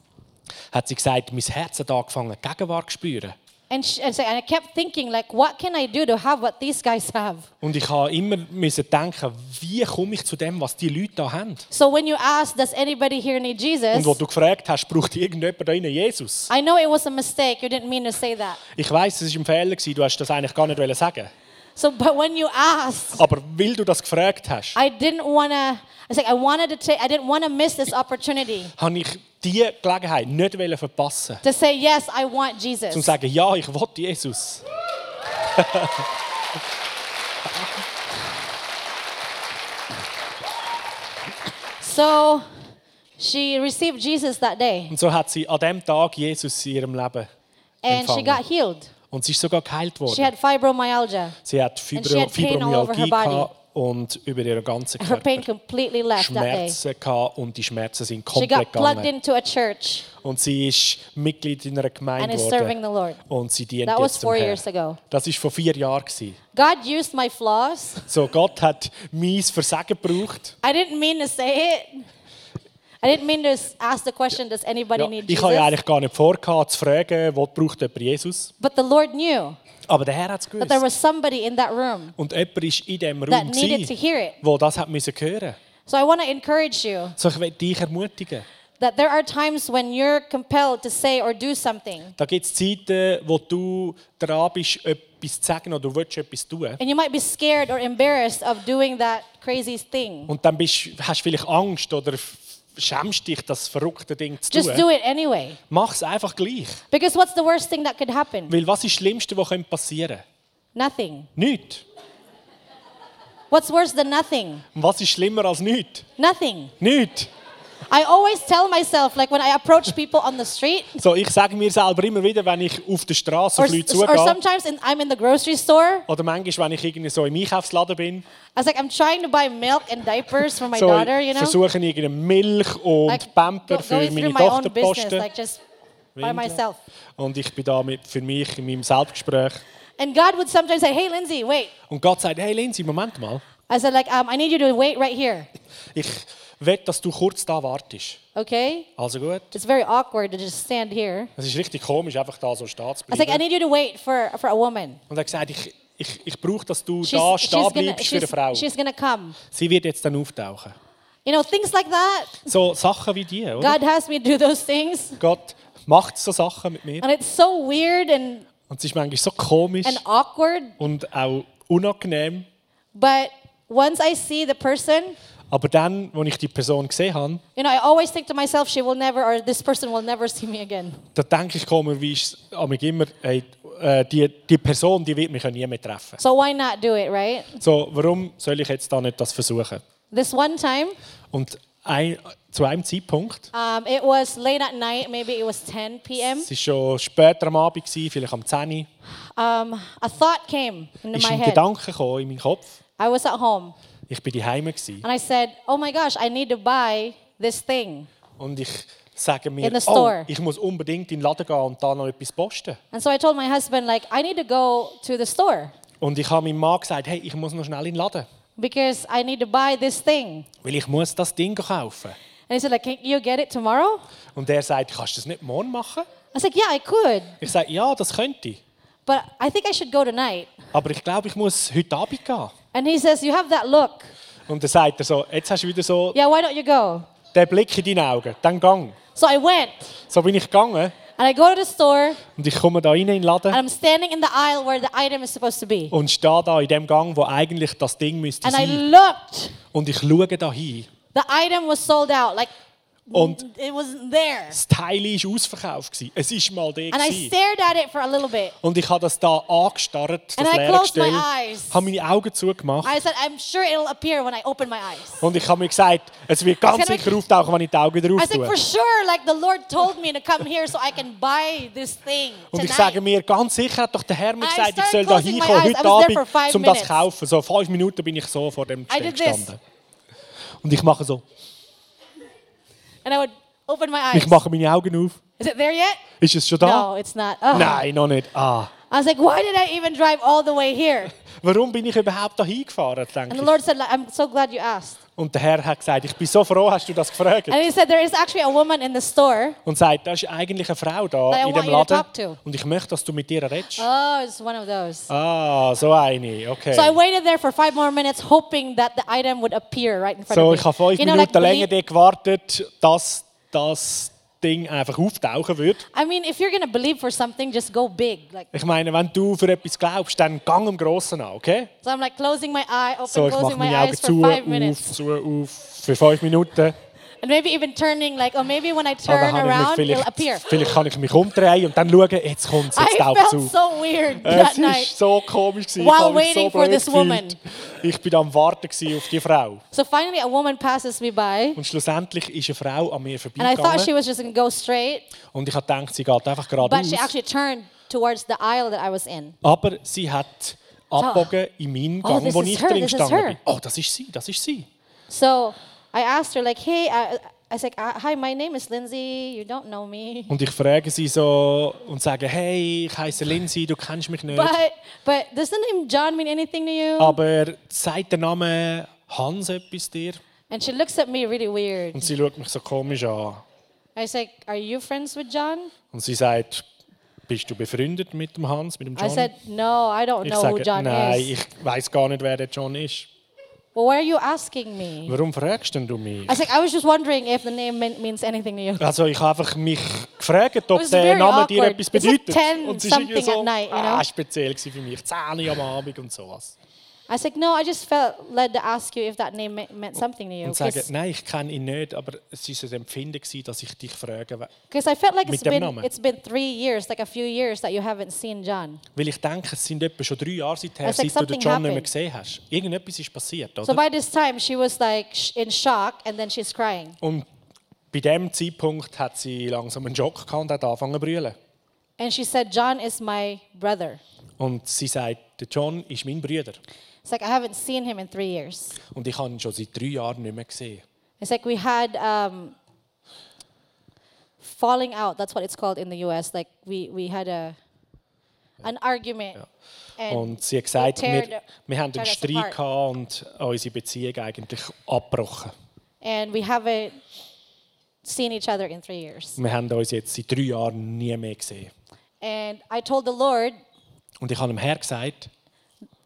Speaker 1: hat sie gesagt, mein Herz hat angefangen, die Gegenwart zu spüren.
Speaker 2: And, she, and, so, and I kept thinking, like, what can I do to have what these guys have?
Speaker 1: Und ich habe immer müssen denken, wie komme ich zu dem, was die Leute da haben?
Speaker 2: So when you asked, does anybody here need Jesus?
Speaker 1: Und wo du gefragt hast, braucht irgendjemand da innen Jesus?
Speaker 2: I know it was a mistake. You didn't mean to say that.
Speaker 1: Ich weiß, es war ein Fehler, gewesen, du hast das eigentlich gar nicht wollen sagen.
Speaker 2: So, but when you asked,
Speaker 1: Aber weil du das gefragt hast,
Speaker 2: I didn't want to. I was like, I wanted to take. I didn't want to miss this opportunity
Speaker 1: habe ich diese Gelegenheit nicht wollen verpassen
Speaker 2: to say yes. I want
Speaker 1: um
Speaker 2: Jesus.
Speaker 1: zu sagen, ja, ich will Jesus.
Speaker 2: So, she received Jesus that day,
Speaker 1: Und so hat sie an dem Tag Jesus in ihrem Leben.
Speaker 2: and she got healed.
Speaker 1: Und sie ist sogar geheilt
Speaker 2: She
Speaker 1: worden.
Speaker 2: had fibromyalgia.
Speaker 1: Sie hat
Speaker 2: And she
Speaker 1: Fibro
Speaker 2: had pain all over her
Speaker 1: Fibromyalgie
Speaker 2: body.
Speaker 1: gehabt und über ihren ganzen
Speaker 2: Her
Speaker 1: Körper
Speaker 2: pain completely left that day.
Speaker 1: Schmerzen gehabt und die Schmerzen sind
Speaker 2: She got
Speaker 1: komplett
Speaker 2: plugged
Speaker 1: gegangen.
Speaker 2: into a church.
Speaker 1: Und sie ist Mitglied in einer
Speaker 2: And
Speaker 1: Gemeinde
Speaker 2: is serving the
Speaker 1: geworden.
Speaker 2: Lord.
Speaker 1: Und sie dient
Speaker 2: That was
Speaker 1: jetzt
Speaker 2: four
Speaker 1: dem
Speaker 2: years ago.
Speaker 1: Herrn. Das war vor vier Jahren. gewesen.
Speaker 2: God used my flaws.
Speaker 1: So, Gott hat mein Versagen gebraucht.
Speaker 2: I didn't mean to say it. I didn't mean to s- ask the question, does anybody
Speaker 1: Ja,
Speaker 2: need
Speaker 1: ich habe ja
Speaker 2: Jesus?
Speaker 1: eigentlich gar nicht vorgehabt, zu fragen, wo braucht jemand Jesus.
Speaker 2: But the Lord knew
Speaker 1: Aber der Herr hat es
Speaker 2: that there
Speaker 1: gewusst.
Speaker 2: was somebody in that room
Speaker 1: Und jemand war in diesem
Speaker 2: that
Speaker 1: Raum,
Speaker 2: needed to
Speaker 1: gewesen,
Speaker 2: hear it.
Speaker 1: wo das hat müssen hören
Speaker 2: So I want to encourage you
Speaker 1: So, ich will dich ermutigen.
Speaker 2: that there are times when you're compelled to say or do something.
Speaker 1: Da gibt es Zeiten, wo du dran bist, etwas zu sagen oder du willst etwas tun.
Speaker 2: And you might be scared or embarrassed of doing that crazy thing.
Speaker 1: Und dann bist, hast du vielleicht Angst oder f- schämst dich, das verrückte Ding zu
Speaker 2: Just
Speaker 1: tun.
Speaker 2: do it anyway.
Speaker 1: Mach es einfach gleich.
Speaker 2: Because what's the worst thing that could happen?
Speaker 1: Weil was ist das Schlimmste, was könnte passieren
Speaker 2: Nothing.
Speaker 1: Nichts.
Speaker 2: What's worse than nothing?
Speaker 1: Und was ist schlimmer als nichts?
Speaker 2: Nothing.
Speaker 1: Nichts.
Speaker 2: I always tell myself, like when I approach people on the street,
Speaker 1: So, ich sage mir selber immer wieder, wenn ich auf der Straße
Speaker 2: or,
Speaker 1: auf Leute
Speaker 2: or
Speaker 1: zugehe,
Speaker 2: sometimes in, I'm in the grocery store.
Speaker 1: oder manchmal, wenn ich irgendwie so im Einkaufsladen bin,
Speaker 2: I was like, I'm trying to buy milk and diapers for my
Speaker 1: so
Speaker 2: daughter, you know?
Speaker 1: versuche ich irgendwie Milch und
Speaker 2: Like,
Speaker 1: Pamper
Speaker 2: go-
Speaker 1: für
Speaker 2: going through
Speaker 1: meine
Speaker 2: my own
Speaker 1: Tochter zu
Speaker 2: business,
Speaker 1: posten.
Speaker 2: like just by
Speaker 1: Windeln.
Speaker 2: myself.
Speaker 1: Und ich bin da mit, für mich in meinem Selbstgespräch.
Speaker 2: And God would sometimes say, Hey, Lindsay, wait,
Speaker 1: Und Gott sagt, hey Lindsay, Moment mal,
Speaker 2: I said, like, um, I need you to wait right here.
Speaker 1: Ich will, dass du kurz da wartest.
Speaker 2: Okay?
Speaker 1: Also gut.
Speaker 2: It's very awkward to just stand here.
Speaker 1: Es ist richtig komisch, einfach da so stehen zu
Speaker 2: I was like, I
Speaker 1: bleiben.
Speaker 2: need you to wait for, for a woman.
Speaker 1: Und er hat gesagt, ich, ich, ich brauche, dass du
Speaker 2: She's,
Speaker 1: da
Speaker 2: she's
Speaker 1: stehen
Speaker 2: gonna,
Speaker 1: bleibst für eine
Speaker 2: she's,
Speaker 1: Frau.
Speaker 2: she's gonna come.
Speaker 1: Sie wird jetzt dann auftauchen.
Speaker 2: You know, things like that.
Speaker 1: So Sachen wie die, oder?
Speaker 2: God has me do those things.
Speaker 1: Gott macht so Sachen mit mir.
Speaker 2: And it's so weird and,
Speaker 1: Und es ist manchmal so komisch
Speaker 2: and awkward.
Speaker 1: und auch unangenehm.
Speaker 2: But once I see the person,
Speaker 1: Aber dann, als ich die Person gesehen habe,
Speaker 2: you know, I always think to myself, she will never, or this person will never see me again.
Speaker 1: da denke ich komisch, wie ist es immer, hey, äh, die, die Person, die wird mich ja nie mehr treffen.
Speaker 2: So why not do it, right?
Speaker 1: So, warum soll ich jetzt da nicht das versuchen?
Speaker 2: This one time,
Speaker 1: Und ein, zu einem Zeitpunkt,
Speaker 2: um, it was late at night, maybe it was 10 p.m.
Speaker 1: es war schon später am Abend, gewesen, vielleicht am 10 Uhr,
Speaker 2: Um, a thought came into
Speaker 1: ist
Speaker 2: my
Speaker 1: ein
Speaker 2: head.
Speaker 1: Gedanke gekommen in meinen Kopf.
Speaker 2: I was at home
Speaker 1: Ich bin daheim gewesen.
Speaker 2: and I said, oh my gosh, I need to buy this thing.
Speaker 1: und ich sage mir,
Speaker 2: In the
Speaker 1: oh,
Speaker 2: store.
Speaker 1: ich muss unbedingt in den Laden gehen und da noch etwas posten.
Speaker 2: And so I told my husband, like, I need to go to the store
Speaker 1: Und ich habe meinem Mann gesagt, hey, ich muss noch schnell in den Laden,
Speaker 2: because I need to buy this thing.
Speaker 1: weil ich muss das Ding kaufen.
Speaker 2: And he said, like, can you get it tomorrow?
Speaker 1: Und er sagt, kannst du das nicht morgen machen?
Speaker 2: I was like, yeah, I could,
Speaker 1: Ich sage, ja, das könnte ich.
Speaker 2: but I think I should go tonight.
Speaker 1: Aber ich glaube, ich muss heute Abend gehen.
Speaker 2: And he says, you have that look.
Speaker 1: Und dann sagt er so, jetzt hast du wieder so
Speaker 2: Yeah, why don't you go?
Speaker 1: den Blick in deine Augen, dann gang.
Speaker 2: So I went
Speaker 1: So bin ich gegangen
Speaker 2: and I go to the store and
Speaker 1: und ich komme da rein in den Laden
Speaker 2: I'm standing in the aisle where the item is supposed to be.
Speaker 1: und stehe da in dem Gang, wo eigentlich das Ding müsste
Speaker 2: And I
Speaker 1: sein.
Speaker 2: looked.
Speaker 1: Und ich schaue da hin
Speaker 2: The item was sold out. Like
Speaker 1: und
Speaker 2: it wasn't there.
Speaker 1: das Teil war ausverkauft. gewesen. Es war mal der.
Speaker 2: And I
Speaker 1: gewesen.
Speaker 2: stared at it for a little bit.
Speaker 1: Und ich habe das da angestarrt,
Speaker 2: And
Speaker 1: das
Speaker 2: I
Speaker 1: leere
Speaker 2: closed my
Speaker 1: Gestell,
Speaker 2: eyes.
Speaker 1: habe meine Augen zugemacht
Speaker 2: I said, I'm sure it'll appear when I open my eyes.
Speaker 1: und ich habe mir gesagt, es wird
Speaker 2: I
Speaker 1: ganz
Speaker 2: said,
Speaker 1: sicher auftauchen, wenn ich die Augen wieder
Speaker 2: I said, for
Speaker 1: auftue.
Speaker 2: sure, like the Lord told me to come here so I can buy this thing
Speaker 1: Und ich
Speaker 2: tonight.
Speaker 1: sage mir, ganz sicher hat doch der Herr mir
Speaker 2: I
Speaker 1: gesagt, ich
Speaker 2: started
Speaker 1: soll da
Speaker 2: closing my
Speaker 1: hinkommen,
Speaker 2: eyes. I
Speaker 1: heute
Speaker 2: was there for
Speaker 1: Abend,
Speaker 2: five
Speaker 1: um das zu
Speaker 2: minutes.
Speaker 1: kaufen. So fünf Minuten bin ich so vor dem Gestell
Speaker 2: did this.
Speaker 1: gestanden. Und ich mache so,
Speaker 2: And I would open my eyes.
Speaker 1: ich mache meine Augen auf.
Speaker 2: Is it there yet?
Speaker 1: Ist es schon da?
Speaker 2: No, it's not. Ugh.
Speaker 1: Nein, noch nicht. Ah.
Speaker 2: I was like, why did I even drive all the way here?
Speaker 1: Warum bin ich überhaupt da hingefahren, denke
Speaker 2: And the
Speaker 1: ich.
Speaker 2: Lord said, like, I'm so glad you asked.
Speaker 1: Und der Herr hat gesagt, ich bin so froh, hast du das gefragt.
Speaker 2: And he said, there is actually a woman in the store.
Speaker 1: Und sagt, da ist eigentlich eine Frau da in
Speaker 2: I want
Speaker 1: dem
Speaker 2: you to
Speaker 1: Laden
Speaker 2: talk to.
Speaker 1: und ich möchte, dass du mit ihr redest.
Speaker 2: Oh, it's one of those.
Speaker 1: Ah, so eine,
Speaker 2: So I
Speaker 1: okay.
Speaker 2: waited there for five more minutes, hoping that the item would appear right in front
Speaker 1: So,
Speaker 2: of me.
Speaker 1: ich habe fünf
Speaker 2: you know, like
Speaker 1: Minuten länger
Speaker 2: believe-
Speaker 1: dort gewartet, dass das Ding einfach auftauchen wird.
Speaker 2: I mean, if you're gonna believe for something, just go big. Like,
Speaker 1: Ich meine, wenn du für etwas glaubst, dann gang im Grossen an, okay?
Speaker 2: so I'm like closing my eye, open,
Speaker 1: So, ich mache
Speaker 2: closing my
Speaker 1: meine Augen
Speaker 2: eyes for
Speaker 1: zu,
Speaker 2: five
Speaker 1: auf,
Speaker 2: minutes,
Speaker 1: zu, auf, für fünf Minuten.
Speaker 2: and maybe even turning, like, oh, maybe when I
Speaker 1: Ah,
Speaker 2: turn
Speaker 1: dann
Speaker 2: around,
Speaker 1: habe ich mich
Speaker 2: it'll appear.
Speaker 1: vielleicht, vielleicht kann ich mich umdrehen und dann schauen, jetzt kommt es,
Speaker 2: I
Speaker 1: jetzt taucht es
Speaker 2: felt
Speaker 1: auf.
Speaker 2: so weird that
Speaker 1: Es war
Speaker 2: night.
Speaker 1: so komisch. gewesen, Ich
Speaker 2: While
Speaker 1: habe mich so
Speaker 2: waiting for
Speaker 1: blöd
Speaker 2: this woman.
Speaker 1: gefühlt. Ich bin am Warten gewesen auf die Frau.
Speaker 2: So finally, a woman passes me by,
Speaker 1: Und schlussendlich ist eine Frau an mir
Speaker 2: and I thought she
Speaker 1: vorbeigegangen.
Speaker 2: was just gonna go straight,
Speaker 1: Und ich habe gedacht, sie geht einfach
Speaker 2: but
Speaker 1: geradeaus.
Speaker 2: she actually turned towards the aisle that I was in.
Speaker 1: Aber sie hat abgebogen in meinen
Speaker 2: Ah. Oh,
Speaker 1: Gang,
Speaker 2: this
Speaker 1: wo
Speaker 2: is
Speaker 1: ich
Speaker 2: her,
Speaker 1: drin
Speaker 2: this is
Speaker 1: gestanden
Speaker 2: her.
Speaker 1: bin. Oh, das ist sie, das ist sie.
Speaker 2: So I asked her, like, hey, I, I said, like, hi, my name is Lindsay. You don't know me,
Speaker 1: Und ich frage sie so und sage, hey, ich heiße Lindsay, du kennst mich nicht.
Speaker 2: but but does the name John mean anything to you?
Speaker 1: Oh. Aber sagt der Name Hans etwas dir?
Speaker 2: And she looks at me really weird.
Speaker 1: Und sie schaut mich so komisch an.
Speaker 2: I was like, Are you friends with John?
Speaker 1: Und sie sagt, bist du befreundet mit dem Hans, mit dem
Speaker 2: I
Speaker 1: John?
Speaker 2: said, No, I don't
Speaker 1: ich
Speaker 2: know who
Speaker 1: sage,
Speaker 2: John
Speaker 1: nein,
Speaker 2: is.
Speaker 1: ich weiß gar nicht, wer der John ist.
Speaker 2: Well, why are you asking me?
Speaker 1: Warum fragst denn du mich?
Speaker 2: I was like, I was just wondering if the name mean- means anything to you.
Speaker 1: Also ich habe einfach mich gefragt,
Speaker 2: It
Speaker 1: ob
Speaker 2: was
Speaker 1: der
Speaker 2: very
Speaker 1: Name dir
Speaker 2: awkward.
Speaker 1: etwas
Speaker 2: It's like
Speaker 1: bedeutet.
Speaker 2: 10
Speaker 1: und es war irgendwie
Speaker 2: something
Speaker 1: so
Speaker 2: at night, you know?
Speaker 1: ah, speziell gewesen für mich. 10 Uhr am Abend und sowas.
Speaker 2: I was like, No, I just felt led to ask you if that name me- meant something to you.
Speaker 1: Und sagen,
Speaker 2: Because
Speaker 1: nein, ich kenne ihn nicht, aber es war ein Empfinden, gewesen, dass ich dich frage. we-
Speaker 2: 'cause I felt like
Speaker 1: Mit
Speaker 2: it's
Speaker 1: dem
Speaker 2: been,
Speaker 1: Namen.
Speaker 2: it's been three years, like a few years, that you haven't seen John.
Speaker 1: Weil ich denke, es sind etwa schon drei Jahre seither,
Speaker 2: Also,
Speaker 1: seit du den
Speaker 2: something
Speaker 1: John nicht mehr
Speaker 2: happened.
Speaker 1: gesehen hast. Irgendetwas ist passiert,
Speaker 2: So
Speaker 1: oder?
Speaker 2: by this time, she was like sh- in shock and then she's crying.
Speaker 1: und bei diesem Zeitpunkt hat sie langsam einen Schock gehabt und hat angefangen zu brüllen.
Speaker 2: And she said, John is my brother.
Speaker 1: Und sie sagt, der John ist mein Bruder.
Speaker 2: It's like, I haven't seen him in three years.
Speaker 1: Und ich habe ihn schon seit drei Jahren nicht mehr gesehen.
Speaker 2: It's like we had um, falling out. That's what it's called in the U.S. Like we we had a an argument. And
Speaker 1: Und sie hat gesagt,
Speaker 2: tear
Speaker 1: wir,
Speaker 2: the-
Speaker 1: wir haben einen
Speaker 2: tear us
Speaker 1: Streit
Speaker 2: apart.
Speaker 1: gehabt und unsere Beziehung eigentlich abgebrochen.
Speaker 2: And we haven't seen each other in three years.
Speaker 1: Wir haben uns jetzt seit drei Jahren nie mehr gesehen.
Speaker 2: And I told the Lord,
Speaker 1: Und ich habe dem Herrn gesagt,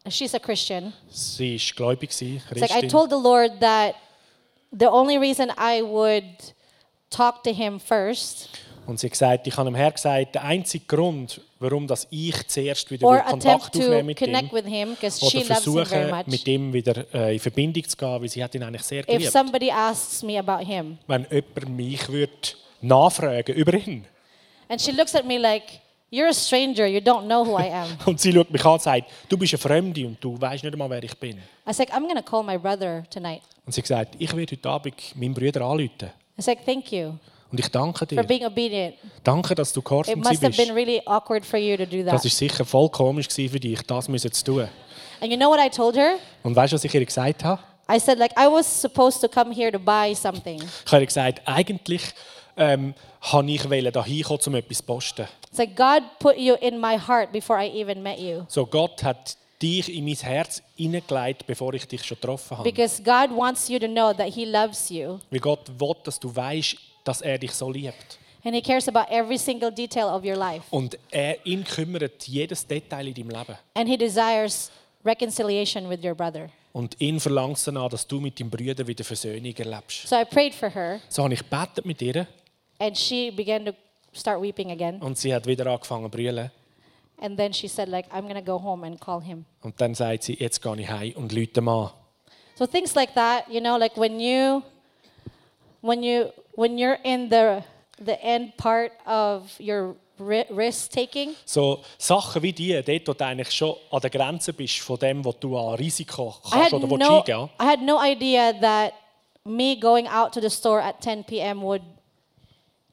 Speaker 2: she's a Christian.
Speaker 1: sie war gläubig, gewesen,
Speaker 2: It's like I
Speaker 1: Christin.
Speaker 2: told the Lord that the only reason I would talk to him first
Speaker 1: Und sie hat gesagt, ich habe dem Herrn gesagt, der einzige Grund, warum dass ich zuerst wieder
Speaker 2: or
Speaker 1: will
Speaker 2: attempt
Speaker 1: Kontakt
Speaker 2: to
Speaker 1: aufnehmen mit ihm
Speaker 2: connect with him because
Speaker 1: oder
Speaker 2: she loves him very
Speaker 1: versuche,
Speaker 2: much.
Speaker 1: mit ihm wieder äh, in Verbindung zu gehen, weil sie hat ihn eigentlich sehr
Speaker 2: If
Speaker 1: geliebt.
Speaker 2: somebody asks me about him
Speaker 1: Wenn jemand mich würde nachfragen über ihn
Speaker 2: and she looks at me like you're a stranger, you don't know who I am.
Speaker 1: und sie schaut mich an und sagt, du bist eine Fremde und du weißt nicht einmal, wer ich bin.
Speaker 2: I was like, I'm gonna call my brother tonight.
Speaker 1: Und sie hat gesagt, ich werde heute Abend meinen Bruder anrufen.
Speaker 2: I was like, thank you
Speaker 1: Und ich danke
Speaker 2: for
Speaker 1: dir.
Speaker 2: being obedient.
Speaker 1: Danke, dass du
Speaker 2: It
Speaker 1: gehorsam
Speaker 2: must have been
Speaker 1: bist.
Speaker 2: really awkward for you to do
Speaker 1: Das
Speaker 2: that.
Speaker 1: ist sicher voll komisch gewesen für dich, das müssen zu tun.
Speaker 2: And you know what I told her?
Speaker 1: Und weißt du, was ich ihr gesagt habe?
Speaker 2: I said like I was supposed to come here to buy something.
Speaker 1: Ich habe ihr gesagt, eigentlich ähm, habe ich wollen dahin kommen, um etwas zu posten.
Speaker 2: It's like God put you in my heart before I even met you.
Speaker 1: So Gott hat dich in mein Herz hineingelegt, bevor ich dich schon getroffen habe.
Speaker 2: Because God wants you to know that He loves you
Speaker 1: Weil Gott will, dass du weißt, dass er dich so liebt.
Speaker 2: and He cares about every single detail of your life.
Speaker 1: Und er ihn kümmert jedes Detail in deinem Leben.
Speaker 2: And He desires reconciliation with your brother.
Speaker 1: Und ihn verlangt es an, dass du mit deinem Bruder wieder Versöhnung erlebst.
Speaker 2: So I prayed for her
Speaker 1: So habe ich gebetet mit ihr
Speaker 2: and she began to start weeping again.
Speaker 1: und sie hat wieder angefangen zu brüllen.
Speaker 2: And then she said, like, I'm gonna go home and call him.
Speaker 1: Und dann sagt sie, jetzt gehe ich heim und lüte an.
Speaker 2: So things like that, you know, like when you when you when you're in the the end part of your ri- risk taking,
Speaker 1: So Sachen wie die, dort, wo du eigentlich schon an der Grenze bist von dem, was du an Risiko
Speaker 2: I
Speaker 1: kannst
Speaker 2: had,
Speaker 1: oder willst
Speaker 2: no,
Speaker 1: eingehen.
Speaker 2: I had no idea that me going out to the store at 10 p.m. would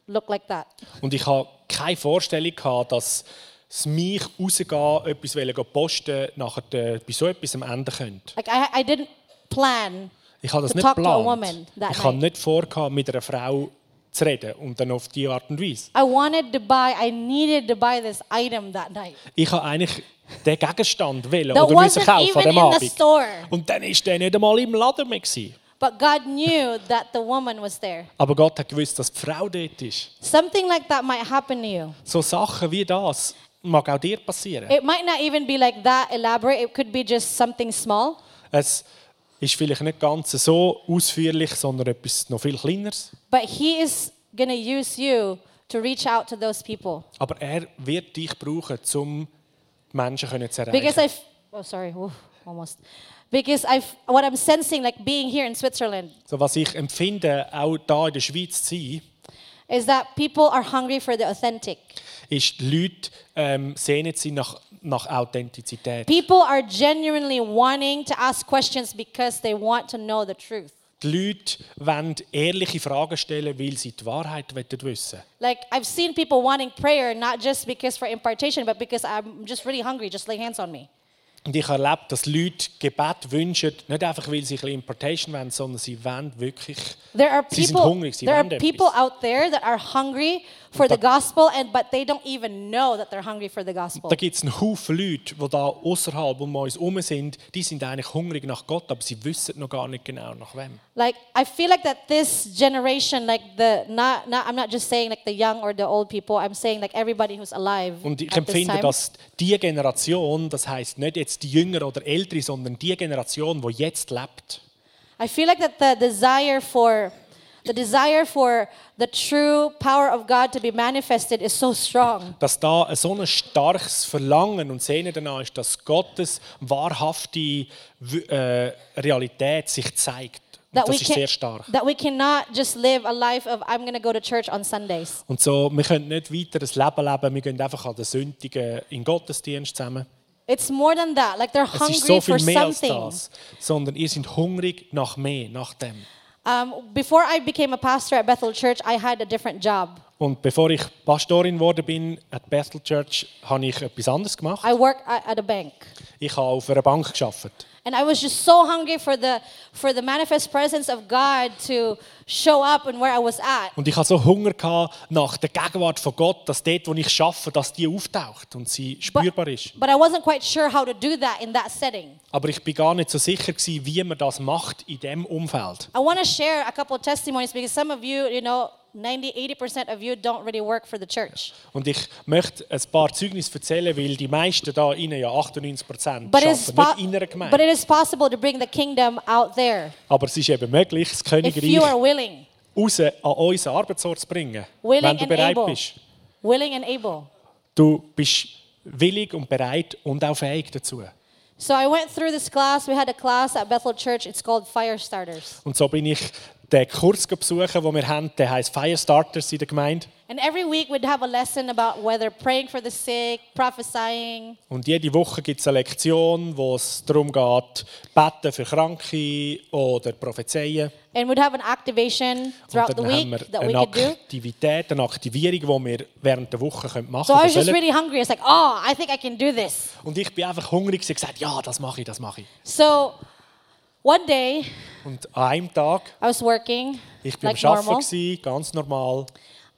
Speaker 2: look like that.
Speaker 1: Und ich habe keine Vorstellung gehabt, dass es mich rausgehen, etwas wollen gehen posten, nachher äh, bei so etwas am Ende könnte.
Speaker 2: Like I, I didn't plan.
Speaker 1: Ich habe das
Speaker 2: To
Speaker 1: nicht
Speaker 2: talk to a
Speaker 1: geplant.
Speaker 2: woman that
Speaker 1: Ich habe
Speaker 2: night.
Speaker 1: nicht vor, mit einer Frau zu reden und dann auf diese Art und Weise.
Speaker 2: I wanted to buy. I needed to buy this item that night.
Speaker 1: Ich habe eigentlich den Gegenstand wollen
Speaker 2: That
Speaker 1: oder müssen
Speaker 2: wasn't
Speaker 1: kaufen an
Speaker 2: even in
Speaker 1: dem
Speaker 2: the
Speaker 1: Abend.
Speaker 2: store.
Speaker 1: Und dann ist der nicht einmal im Laden mehr. Gewesen.
Speaker 2: But God knew that the woman was there.
Speaker 1: Aber Gott hat gewusst, dass die Frau dort ist.
Speaker 2: Something like that might happen to you.
Speaker 1: So Sachen wie das mag auch dir passieren.
Speaker 2: It might not even be like that elaborate. It could be just something small.
Speaker 1: Es ist vielleicht nicht ganz so ausführlich, sondern etwas noch viel kleineres.
Speaker 2: But He is gonna use you to reach out to those people.
Speaker 1: Aber er wird dich brauchen, um die Menschen können zu erreichen.
Speaker 2: Because I, f- oh sorry, Oof, almost. Because I, f- what I'm sensing, like being here in Switzerland,
Speaker 1: so, was ich empfinde, auch hier in der Schweiz zu sein,
Speaker 2: is that people are hungry for the authentic.
Speaker 1: ist, die Leute ähm, sehnen sich nach, nach Authentizität.
Speaker 2: People are genuinely wanting to ask questions because they want to know the truth.
Speaker 1: Die Leute wollen ehrliche Fragen stellen, weil sie die Wahrheit wollen wissen
Speaker 2: Like I've seen people wanting prayer, not just because for impartation, but because I'm just really hungry. Just lay hands on me.
Speaker 1: Und ich erlebe, dass Leute Gebet wünschen, nicht einfach, weil sie ein bisschen Importation wollen, sondern sie wollen wirklich.
Speaker 2: There are
Speaker 1: Sie sind
Speaker 2: people.
Speaker 1: hungrig, sie
Speaker 2: there are
Speaker 1: wollen etwas.
Speaker 2: people out there that are hungry for the gospel, and but they don't even know that they're hungry for the gospel.
Speaker 1: Da gibt es einen Haufen Leute, die da außerhalb um uns herum sind, die sind eigentlich hungrig nach Gott, aber sie wissen noch gar nicht genau, nach wem.
Speaker 2: like i feel like that this generation like the not, not i'm not just saying like the young or the old people i'm saying like everybody who's alive
Speaker 1: Und ich
Speaker 2: at this
Speaker 1: empfinde,
Speaker 2: time,
Speaker 1: dass die Generation, das heißt nicht jetzt die Jünger oder Ältere, sondern die Generation, die jetzt lebt,
Speaker 2: i feel like that the desire for the desire for the true power of god to be manifested is so strong
Speaker 1: dass da ein so ein starkes Verlangen und Sehnen danach ist, dass Gottes wahrhafte W- äh, Realität sich zeigt.
Speaker 2: that
Speaker 1: Und das ist
Speaker 2: can-
Speaker 1: sehr stark.
Speaker 2: that we cannot just live a life of i'm going to go to church on sundays
Speaker 1: Und so, wir können nicht weiter ein Leben leben, wir gehen einfach an den Sündigen in den Gottesdienst zusammen.
Speaker 2: it's more than that like they're
Speaker 1: Es
Speaker 2: hungry
Speaker 1: ist so
Speaker 2: for
Speaker 1: viel mehr als
Speaker 2: something
Speaker 1: das, sondern ihr sind hungrig nach mehr, nach dem.
Speaker 2: um, before i became a pastor at bethel church i had a different job
Speaker 1: Und bevor ich Pastorin geworden bin, at Bethel Church, habe ich etwas anderes gemacht.
Speaker 2: i worked at at a bank
Speaker 1: Ich habe auf einer Bank geschafft.
Speaker 2: And I was just so hungry for the for the manifest presence of God to show up and where I was at.
Speaker 1: Und ich hatte so Hunger gehabt nach der Gegenwart von Gott, dass dort, wo ich arbeite, dass die auftaucht und sie spürbar ist.
Speaker 2: But I wasn't quite sure how to do that in that setting.
Speaker 1: Aber ich bin gar nicht so sicher, gewesen, wie man das macht in diesem Umfeld.
Speaker 2: I want to share a couple of testimonies because some of you, you know, 90, 80% of you don't really work for the church.
Speaker 1: Und ich möchte ein paar Zeugnisse erzählen, weil die meisten da innen ja 98 Prozent
Speaker 2: But, it's
Speaker 1: arbeiten,
Speaker 2: po-
Speaker 1: nicht in einer
Speaker 2: but it
Speaker 1: Gemeinde.
Speaker 2: is possible to bring the kingdom out there
Speaker 1: Aber es ist eben möglich, das
Speaker 2: if you are
Speaker 1: Königreich
Speaker 2: willing.
Speaker 1: raus an unseren Arbeitsort zu bringen,
Speaker 2: Willing
Speaker 1: wenn du
Speaker 2: and
Speaker 1: bereit
Speaker 2: able.
Speaker 1: bist.
Speaker 2: Willing and able.
Speaker 1: Du bist willig und bereit und auch fähig dazu.
Speaker 2: So I went through this class. We had a class at Bethel Church. It's called Fire Starters.
Speaker 1: Und so bin ich den Kurs besuchen, den wir haben, der heisst Firestarters in der Gemeinde.
Speaker 2: And every week we'd have a lesson about whether praying for the sick, prophesying,
Speaker 1: Und jede Woche gibt es eine Lektion, wo es darum geht, beten für Kranke oder prophezeien.
Speaker 2: and we'd have an
Speaker 1: Und
Speaker 2: activation throughout the
Speaker 1: dann haben
Speaker 2: week
Speaker 1: wir
Speaker 2: that we
Speaker 1: eine
Speaker 2: could do.
Speaker 1: Aktivität, eine Aktivierung, die wir während der Woche können machen
Speaker 2: So I was
Speaker 1: können.
Speaker 2: just really hungry. It's like, oh, I think I can do this.
Speaker 1: und ich bin einfach hungrig und gesagt, ja, das mache ich, das mache ich.
Speaker 2: So one day
Speaker 1: Und an einem Tag,
Speaker 2: I was working
Speaker 1: ich bin
Speaker 2: like
Speaker 1: am Arbeiten,
Speaker 2: normal,
Speaker 1: gewesen, ganz normal.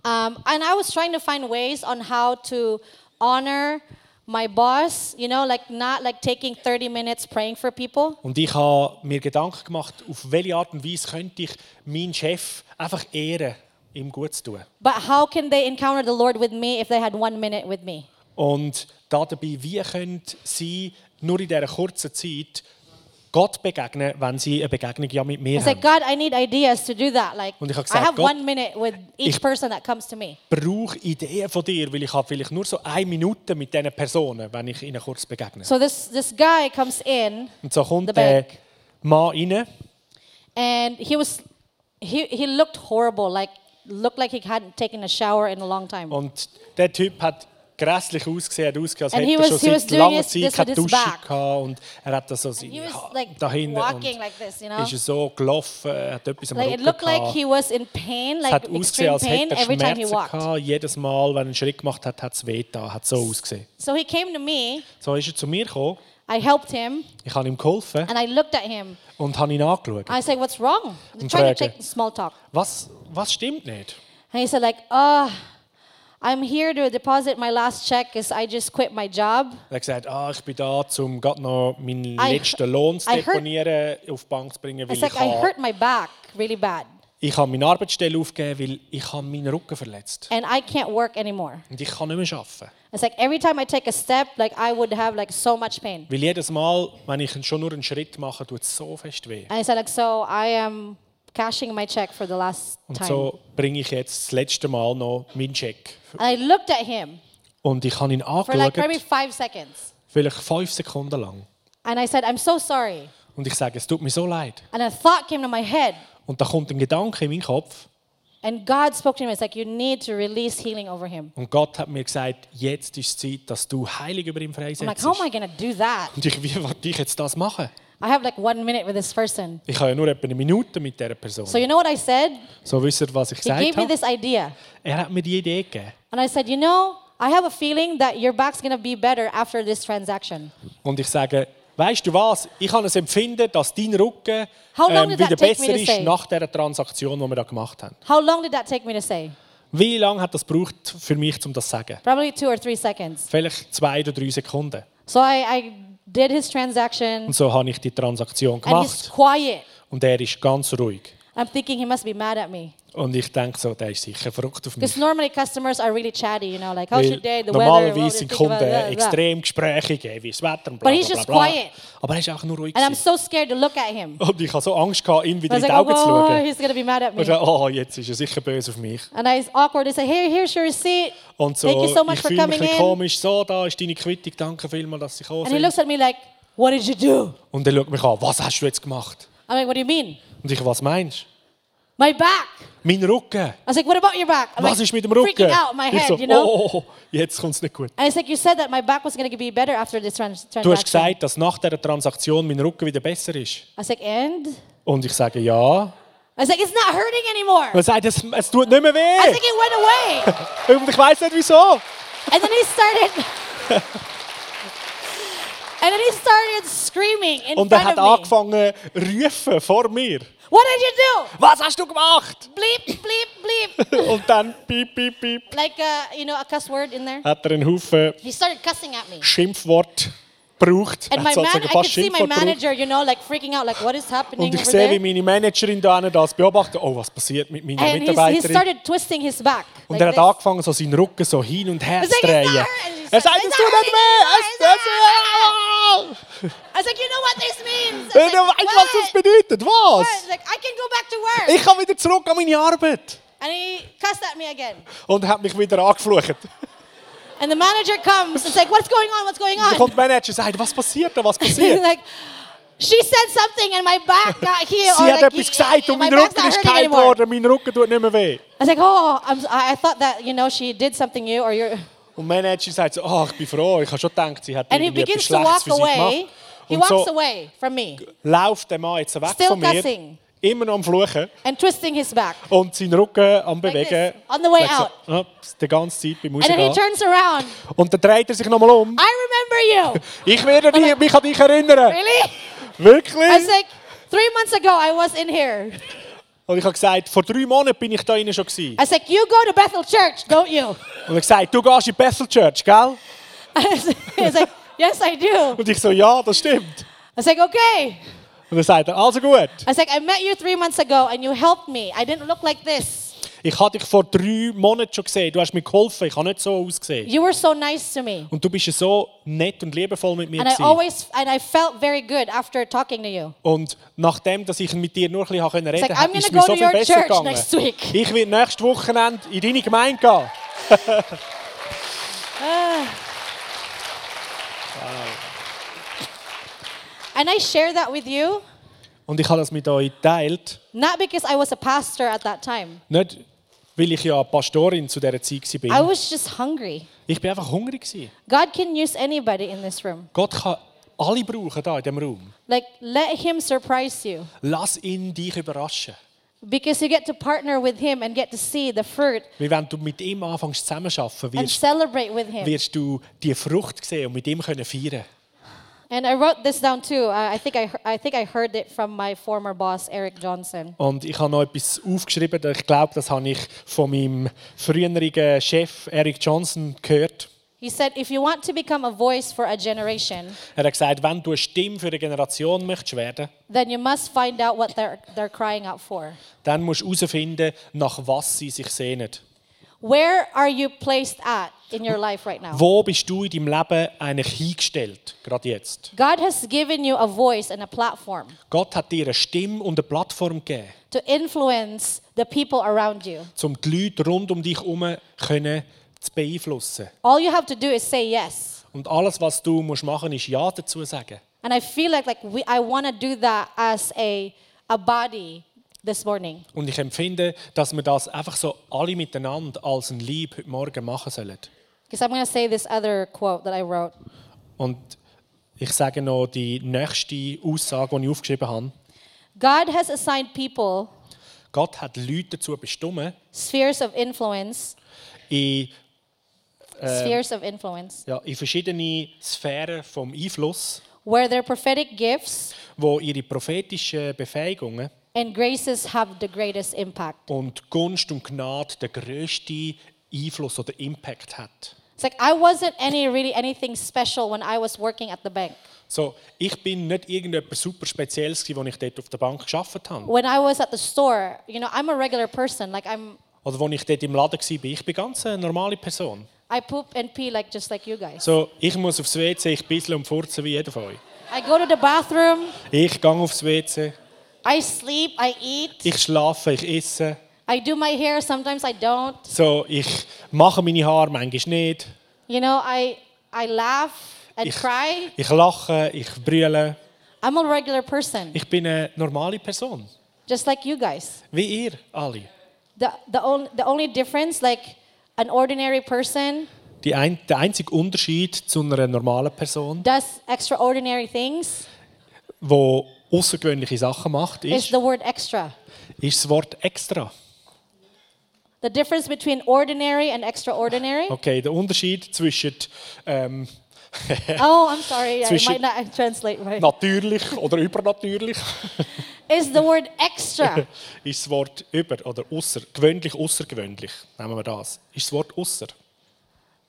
Speaker 2: um, and I was trying to find ways on how to honor my boss. You know, like not like taking 30 minutes praying for people.
Speaker 1: Und ich habe mir Gedanken gemacht, auf welche Art und Weise könnte ich meinen Chef einfach ehren, ihm gut zu tun.
Speaker 2: But how can they encounter the Lord with me if they had one minute with me?
Speaker 1: Und da dabei, wie können sie nur in dieser kurzen Zeit Gott begegnen, wenn sie eine Begegnung ja mit mir
Speaker 2: It's like,
Speaker 1: haben?
Speaker 2: God, I need ideas to do that. Like,
Speaker 1: Und ich hab
Speaker 2: I
Speaker 1: gesagt,
Speaker 2: have
Speaker 1: Gott,
Speaker 2: one minute with each
Speaker 1: ich-
Speaker 2: person that comes to me.
Speaker 1: Ich brauche Ideen von dir, weil ich habe vielleicht nur so eine Minute mit diesen Personen, wenn ich ihnen kurz begegne.
Speaker 2: So this this guy comes in,
Speaker 1: Und so
Speaker 2: the
Speaker 1: kommt der
Speaker 2: back.
Speaker 1: Mann rein
Speaker 2: and he was he he looked horrible. Like looked like he hadn't taken a shower in a long time.
Speaker 1: und der Typ hat grässlich ausgesehen, hat ausgesehen, als
Speaker 2: And
Speaker 1: hätte
Speaker 2: he
Speaker 1: er schon
Speaker 2: was- he was
Speaker 1: seit
Speaker 2: doing
Speaker 1: langer
Speaker 2: this-
Speaker 1: Zeit
Speaker 2: this
Speaker 1: keine
Speaker 2: with his
Speaker 1: Dusche
Speaker 2: back.
Speaker 1: gehabt und er hat da so
Speaker 2: he
Speaker 1: seine
Speaker 2: was,
Speaker 1: Hand
Speaker 2: like,
Speaker 1: dahinter und
Speaker 2: walking like this, you know?
Speaker 1: ist so gelaufen, hat etwas am
Speaker 2: Like it
Speaker 1: Rücken
Speaker 2: looked like
Speaker 1: gehabt.
Speaker 2: he was in pain,
Speaker 1: Es
Speaker 2: like
Speaker 1: hat ausgesehen,
Speaker 2: extreme
Speaker 1: als
Speaker 2: pain
Speaker 1: hätte er
Speaker 2: every time he
Speaker 1: Schmerzen
Speaker 2: walked.
Speaker 1: gehabt. Jedes Mal, wenn er einen Schritt gemacht hat, hat es weh getan. Hat so ausgesehen.
Speaker 2: So he came to me.
Speaker 1: So ist er zu mir gekommen.
Speaker 2: I helped him,
Speaker 1: Ich habe ihm geholfen
Speaker 2: and I looked at him.
Speaker 1: und habe ihn angeschaut.
Speaker 2: I said, "What's wrong?" I'm
Speaker 1: Und
Speaker 2: trying to
Speaker 1: frage.
Speaker 2: take small talk.
Speaker 1: Was, was stimmt nicht?
Speaker 2: And he said, "Like, uh, I'm here to deposit my last check, cause I just quit my job."
Speaker 1: Er hat gesagt, ah, ich bin da, um gerade noch meinen
Speaker 2: I-
Speaker 1: letzten Lohn zu
Speaker 2: I hurt-
Speaker 1: deponieren, auf die Bank zu bringen, weil
Speaker 2: It's
Speaker 1: ich,
Speaker 2: like I
Speaker 1: habe,
Speaker 2: hurt my back really bad,
Speaker 1: ich habe meine Arbeitsstelle aufgegeben, weil ich habe meinen Rücken verletzt
Speaker 2: and I can't work anymore.
Speaker 1: Und ich kann nicht mehr arbeiten.
Speaker 2: It's like every time I take a step, like I would have like so much pain.
Speaker 1: Weil jedes Mal, wenn ich schon nur einen Schritt mache, tut es so fest weh.
Speaker 2: And I said, like, so I am cashing my check for the last
Speaker 1: Und
Speaker 2: time.
Speaker 1: so bringe ich jetzt das letzte Mal noch meinen Check.
Speaker 2: and I looked at him
Speaker 1: Und ich habe ihn
Speaker 2: for like maybe
Speaker 1: angeschaut.
Speaker 2: five seconds,
Speaker 1: vielleicht fünf Sekunden lang.
Speaker 2: and I said, I'm so sorry.
Speaker 1: Und ich sage, es tut mir so leid.
Speaker 2: And a thought came to my head,
Speaker 1: Und da kommt ein Gedanke in meinen Kopf
Speaker 2: and God spoke to me. It's like you need to release healing over him.
Speaker 1: und Gott hat mir gesagt, jetzt ist die Zeit, dass du heilig über ihn
Speaker 2: I'm like,
Speaker 1: freisetzt.
Speaker 2: how am I gonna do that?
Speaker 1: Und ich, wie wollte ich jetzt das machen?
Speaker 2: I have like one minute with this person.
Speaker 1: Ich habe ja nur etwa eine Minute mit dieser Person.
Speaker 2: So you know what I said?
Speaker 1: So wisst ihr, was ich
Speaker 2: He
Speaker 1: gesagt
Speaker 2: gave me
Speaker 1: habe?
Speaker 2: this idea.
Speaker 1: Er hat mir die Idee gegeben.
Speaker 2: And I said, you know, I have a feeling that your back's gonna be better after this transaction.
Speaker 1: Und ich sage, weißt du was? Ich habe es empfinden, dass dein Rücken ähm,
Speaker 2: How long did that
Speaker 1: wieder
Speaker 2: take me to
Speaker 1: besser ist
Speaker 2: say?
Speaker 1: nach dieser Transaktion, die wir da gemacht haben.
Speaker 2: How long did that take me to say?
Speaker 1: Wie lange hat das gebraucht für mich, um das zu sagen?
Speaker 2: Probably two or three seconds.
Speaker 1: Vielleicht zwei oder drei Sekunden.
Speaker 2: So I, I did his transaction,
Speaker 1: Und so habe ich die Transaktion
Speaker 2: and he's
Speaker 1: gemacht.
Speaker 2: quiet.
Speaker 1: Und er ist ganz ruhig.
Speaker 2: I'm thinking he must be mad at me.
Speaker 1: Und ich denke so, der ist sicher verrückt auf mich.
Speaker 2: Because normally customers are really chatty, you know, like, how's your
Speaker 1: Weil
Speaker 2: day, the weather, what
Speaker 1: normalerweise
Speaker 2: do you
Speaker 1: sind
Speaker 2: think about
Speaker 1: Kunden
Speaker 2: that, that.
Speaker 1: extrem gesprächig, eh, wie das Wetter und bla
Speaker 2: But he's
Speaker 1: bla bla.
Speaker 2: just
Speaker 1: bla.
Speaker 2: quiet.
Speaker 1: Aber er ist einfach nur ruhig.
Speaker 2: And I'm
Speaker 1: gewesen.
Speaker 2: so scared to look at him.
Speaker 1: Und ich hatte so Angst, gehabt, ihm
Speaker 2: Oh, I
Speaker 1: wieder
Speaker 2: was
Speaker 1: in die
Speaker 2: like, oh,
Speaker 1: Augen zu schauen.
Speaker 2: he's going to be mad at
Speaker 1: Und ich
Speaker 2: me.
Speaker 1: dachte, oh, jetzt ist er sicher böse auf mich.
Speaker 2: And I awkwardly say, here, here's your receipt.
Speaker 1: Und so,
Speaker 2: Thank you so much
Speaker 1: ich
Speaker 2: for
Speaker 1: fühle mich
Speaker 2: coming
Speaker 1: ein bisschen
Speaker 2: in.
Speaker 1: komisch. So, da ist deine Quittung. Danke vielmals, dass Sie gekommen
Speaker 2: And he
Speaker 1: sind.
Speaker 2: looks at me like, what did you do?
Speaker 1: Und er schaut mich an. Was hast du jetzt gemacht?
Speaker 2: I'm like, what do you mean?
Speaker 1: Und ich, was meinst du?
Speaker 2: My back.
Speaker 1: Mein Rücken.
Speaker 2: I was like, what about your back? I'm
Speaker 1: Was
Speaker 2: like,
Speaker 1: ist mit dem
Speaker 2: freaking
Speaker 1: Rücken?
Speaker 2: out in my
Speaker 1: Ich
Speaker 2: head,
Speaker 1: so,
Speaker 2: you know?
Speaker 1: oh, oh, oh, jetzt kommt es nicht gut.
Speaker 2: And it's like, you said that my back was going to be better after this trans-
Speaker 1: Du hast
Speaker 2: transaction.
Speaker 1: gesagt, dass nach dieser Transaktion mein Rücken wieder besser ist.
Speaker 2: I was like, and?
Speaker 1: Und ich sage, ja.
Speaker 2: I was like, it's not hurting anymore. I
Speaker 1: Er sagt, es, es tut nicht mehr
Speaker 2: was
Speaker 1: weh.
Speaker 2: like, it went away.
Speaker 1: Und ich weiß nicht wieso.
Speaker 2: And then he started. And then he started screaming in
Speaker 1: Und er
Speaker 2: front
Speaker 1: hat
Speaker 2: of me.
Speaker 1: angefangen zu rufen vor mir.
Speaker 2: What did you do?
Speaker 1: Was hast du gemacht?
Speaker 2: Bleep, bleep, bleep.
Speaker 1: Und dann piep, piep, piep,
Speaker 2: like, uh, you know, a cuss word in there.
Speaker 1: hat er einen Haufen
Speaker 2: He started cussing at me.
Speaker 1: Schimpfwort gebraucht. Er
Speaker 2: And
Speaker 1: hat
Speaker 2: my man, I
Speaker 1: sozusagen
Speaker 2: could
Speaker 1: fast
Speaker 2: see my
Speaker 1: Schimpfwort gebraucht.
Speaker 2: manager, you know, like freaking out, like, what is happening
Speaker 1: Und ich
Speaker 2: over
Speaker 1: sehe, wie meine
Speaker 2: there?
Speaker 1: Managerin da hinten das beobachtet. Oh, was passiert mit meiner
Speaker 2: And he's, he
Speaker 1: Mitarbeiterin?
Speaker 2: started twisting his back.
Speaker 1: Und
Speaker 2: like
Speaker 1: er hat
Speaker 2: this.
Speaker 1: angefangen, so seinen Rücken so hin und her
Speaker 2: It's
Speaker 1: zu
Speaker 2: like, it's
Speaker 1: drehen.
Speaker 2: not her. And
Speaker 1: Er
Speaker 2: she's
Speaker 1: sagt, es
Speaker 2: like, it's
Speaker 1: tut
Speaker 2: not
Speaker 1: nicht weh! Es tut weh!
Speaker 2: I was like, you know what this means? I
Speaker 1: Wenn
Speaker 2: was
Speaker 1: du
Speaker 2: like,
Speaker 1: weißt, was das
Speaker 2: what?
Speaker 1: bedeutet, was?
Speaker 2: What? Like, I can go back to work.
Speaker 1: Ich kann wieder zurück an meine Arbeit.
Speaker 2: And he cussed at me again.
Speaker 1: Und er hat mich wieder angeflucht.
Speaker 2: And the manager comes and's like, what's going on? What's going
Speaker 1: Dann kommt der
Speaker 2: on?
Speaker 1: Manager und sagt, was passiert da, was
Speaker 2: He's
Speaker 1: passiert?
Speaker 2: like, she said something and my back got here.
Speaker 1: Sie
Speaker 2: or
Speaker 1: hat
Speaker 2: oh, like,
Speaker 1: etwas
Speaker 2: y-
Speaker 1: gesagt und mein
Speaker 2: my back's
Speaker 1: Rücken
Speaker 2: not
Speaker 1: ist
Speaker 2: hurting
Speaker 1: geheilt
Speaker 2: anymore.
Speaker 1: worden, mein Rücken tut nicht mehr weh.
Speaker 2: I was like, oh, I'm, si I I thought that, you know, she did something new or you're...
Speaker 1: Und der Manager sagt so, ah, ich bin froh, ich habe schon gedacht, sie hat
Speaker 2: And he
Speaker 1: irgendwie
Speaker 2: begins
Speaker 1: etwas
Speaker 2: to
Speaker 1: Schlechtes
Speaker 2: walk
Speaker 1: für sie
Speaker 2: away.
Speaker 1: gemacht.
Speaker 2: He
Speaker 1: Und
Speaker 2: walks
Speaker 1: so
Speaker 2: away from me
Speaker 1: läuft der Mann jetzt weg
Speaker 2: Still
Speaker 1: von mir,
Speaker 2: cussing.
Speaker 1: immer noch am Fluchen
Speaker 2: and twisting his back.
Speaker 1: und seinen Rücken am Bewegen.
Speaker 2: this, on the way
Speaker 1: Sagt so,
Speaker 2: out.
Speaker 1: ah, die ganze Zeit beim
Speaker 2: And then he Ah.
Speaker 1: Rausgehen.
Speaker 2: turns around.
Speaker 1: Und dann dreht er sich nochmal um.
Speaker 2: I remember you.
Speaker 1: Ich werde dich, mich an dich erinnern.
Speaker 2: Really? I was
Speaker 1: Wirklich?
Speaker 2: like, three months ago I was in here.
Speaker 1: Und ich habe gesagt, vor drei Monaten bin ich da innen schon gewesen.
Speaker 2: I was like, you go to Bethel Church, don't you?
Speaker 1: Und er sagt, du gehst in die Bethel Church, gell?
Speaker 2: I was I was like, yes, I do. I
Speaker 1: Und ich so, ja, das stimmt.
Speaker 2: was like, okay.
Speaker 1: Und dann sagt er, also gut,
Speaker 2: I was like, I met you three months ago and you helped me. I didn't look like this.
Speaker 1: ich habe dich vor drei Monaten schon gesehen, du hast mir geholfen, ich habe nicht so ausgesehen.
Speaker 2: You were so nice to me.
Speaker 1: Und du bist ja so nett und liebevoll mit mir
Speaker 2: And I
Speaker 1: gewesen.
Speaker 2: always, and I felt very good after talking to you.
Speaker 1: Und nachdem, dass ich mit dir nur ein bisschen habe können reden
Speaker 2: like, I'm
Speaker 1: konnte, ist es mir
Speaker 2: gonna go
Speaker 1: so
Speaker 2: to
Speaker 1: viel
Speaker 2: your
Speaker 1: besser
Speaker 2: church
Speaker 1: gegangen.
Speaker 2: next week.
Speaker 1: Ich werde nächstes Wochenende in deine Gemeinde gehen.
Speaker 2: And I share that with you,
Speaker 1: Und ich habe das mit euch geteilt,
Speaker 2: not because I was a pastor at that time.
Speaker 1: nicht weil ich ja Pastorin zu dieser Zeit
Speaker 2: I
Speaker 1: war.
Speaker 2: was just hungry.
Speaker 1: Ich war einfach hungrig. Gewesen.
Speaker 2: God can use anybody in this room.
Speaker 1: Gott kann alle brauchen hier in diesem Raum.
Speaker 2: Like, let Him surprise you
Speaker 1: Lass ihn dich überraschen.
Speaker 2: because you get to partner with Him and get to see the fruit
Speaker 1: Weil wenn du mit ihm anfängst zusammenzuarbeiten,
Speaker 2: and
Speaker 1: wirst,
Speaker 2: celebrate with Him.
Speaker 1: wirst du die Frucht sehen und mit ihm können feiern.
Speaker 2: And I wrote this down too. I, I think I, he- I think I heard it from my former boss, Eric Johnson.
Speaker 1: Und ich habe noch etwas aufgeschrieben, das ich glaube, das habe ich von meinem früheren Chef Eric Johnson gehört.
Speaker 2: He said, if you want to become a voice for a generation,
Speaker 1: Er hat gesagt, wenn du eine Stimme für eine Generation möchtest werden,
Speaker 2: then you must find out what they're, they're crying out for.
Speaker 1: dann musst du herausfinden, nach was sie sich sehnen.
Speaker 2: Where are you placed at in your life right now?
Speaker 1: Wo bist du in deinem Leben eigentlich hingestellt, gerade jetzt?
Speaker 2: God has given you a voice and a platform
Speaker 1: Gott hat dir eine Stimme und eine Plattform gegeben,
Speaker 2: to influence the people around you.
Speaker 1: um die Leute rund um dich herum können zu beeinflussen.
Speaker 2: All you have to do is say yes.
Speaker 1: Und alles, was du musst machen musst, ist Ja dazu sagen.
Speaker 2: And I feel like like we, I want to do that as a a body this morning.
Speaker 1: Und ich empfinde, dass wir das einfach so alle miteinander als ein Lieb heute Morgen machen sollen.
Speaker 2: Because I'm going to say this other quote that I wrote.
Speaker 1: Und ich sage noch die nächste Aussage, die ich aufgeschrieben habe.
Speaker 2: God has assigned people
Speaker 1: Gott hat Leute dazu bestimmt,
Speaker 2: spheres of influence,
Speaker 1: in,
Speaker 2: spheres of influence,
Speaker 1: ja, in verschiedene Sphären vom Einfluss,
Speaker 2: where their prophetic gifts
Speaker 1: wo ihre prophetischen Befähigungen
Speaker 2: and graces have the greatest impact.
Speaker 1: und Gunst und Gnade den grössten Einfluss oder Impact hat.
Speaker 2: It's like I wasn't any really anything special when I was working at the bank.
Speaker 1: So, ich bin nicht irgendjemand super Spezielles, gewesen, als ich dort auf der Bank gearbeitet habe.
Speaker 2: When I was at the store, you know, I'm a regular person. Like I'm
Speaker 1: Oder als ich dort im Laden war, ich bin ganz eine normale Person.
Speaker 2: I poop and pee like just like you guys.
Speaker 1: So, ich muss aufs WC, ich bissle und furze wie jeder von euch.
Speaker 2: I go to the bathroom,
Speaker 1: Ich gehe aufs WC,
Speaker 2: I sleep, I eat,
Speaker 1: ich schlafe, ich esse.
Speaker 2: I do my hair, sometimes I don't.
Speaker 1: So, ich mache meine Haare, manchmal nicht.
Speaker 2: You know, I I laugh and
Speaker 1: Ich,
Speaker 2: cry.
Speaker 1: ich lache, ich brülle.
Speaker 2: I'm a regular person,
Speaker 1: Ich bin eine normale Person,
Speaker 2: just like you guys.
Speaker 1: wie ihr alle.
Speaker 2: The the only the only difference like an ordinary person
Speaker 1: Die ein, der einzige Unterschied zu einer normalen Person,
Speaker 2: does extraordinary things
Speaker 1: die außergewöhnliche Sachen macht,
Speaker 2: is
Speaker 1: ist,
Speaker 2: the word extra.
Speaker 1: ist das Wort extra.
Speaker 2: The difference between ordinary and extraordinary
Speaker 1: Okay, der Unterschied zwischen ähm,
Speaker 2: oh, I'm sorry. Yeah, it
Speaker 1: Zwischen-
Speaker 2: might not translate right.
Speaker 1: Natürlich oder übernatürlich
Speaker 2: Is the word extra.
Speaker 1: ist das Wort über oder außer. Gewöhnlich, außergewöhnlich. Nehmen wir das. Ist das Wort außer.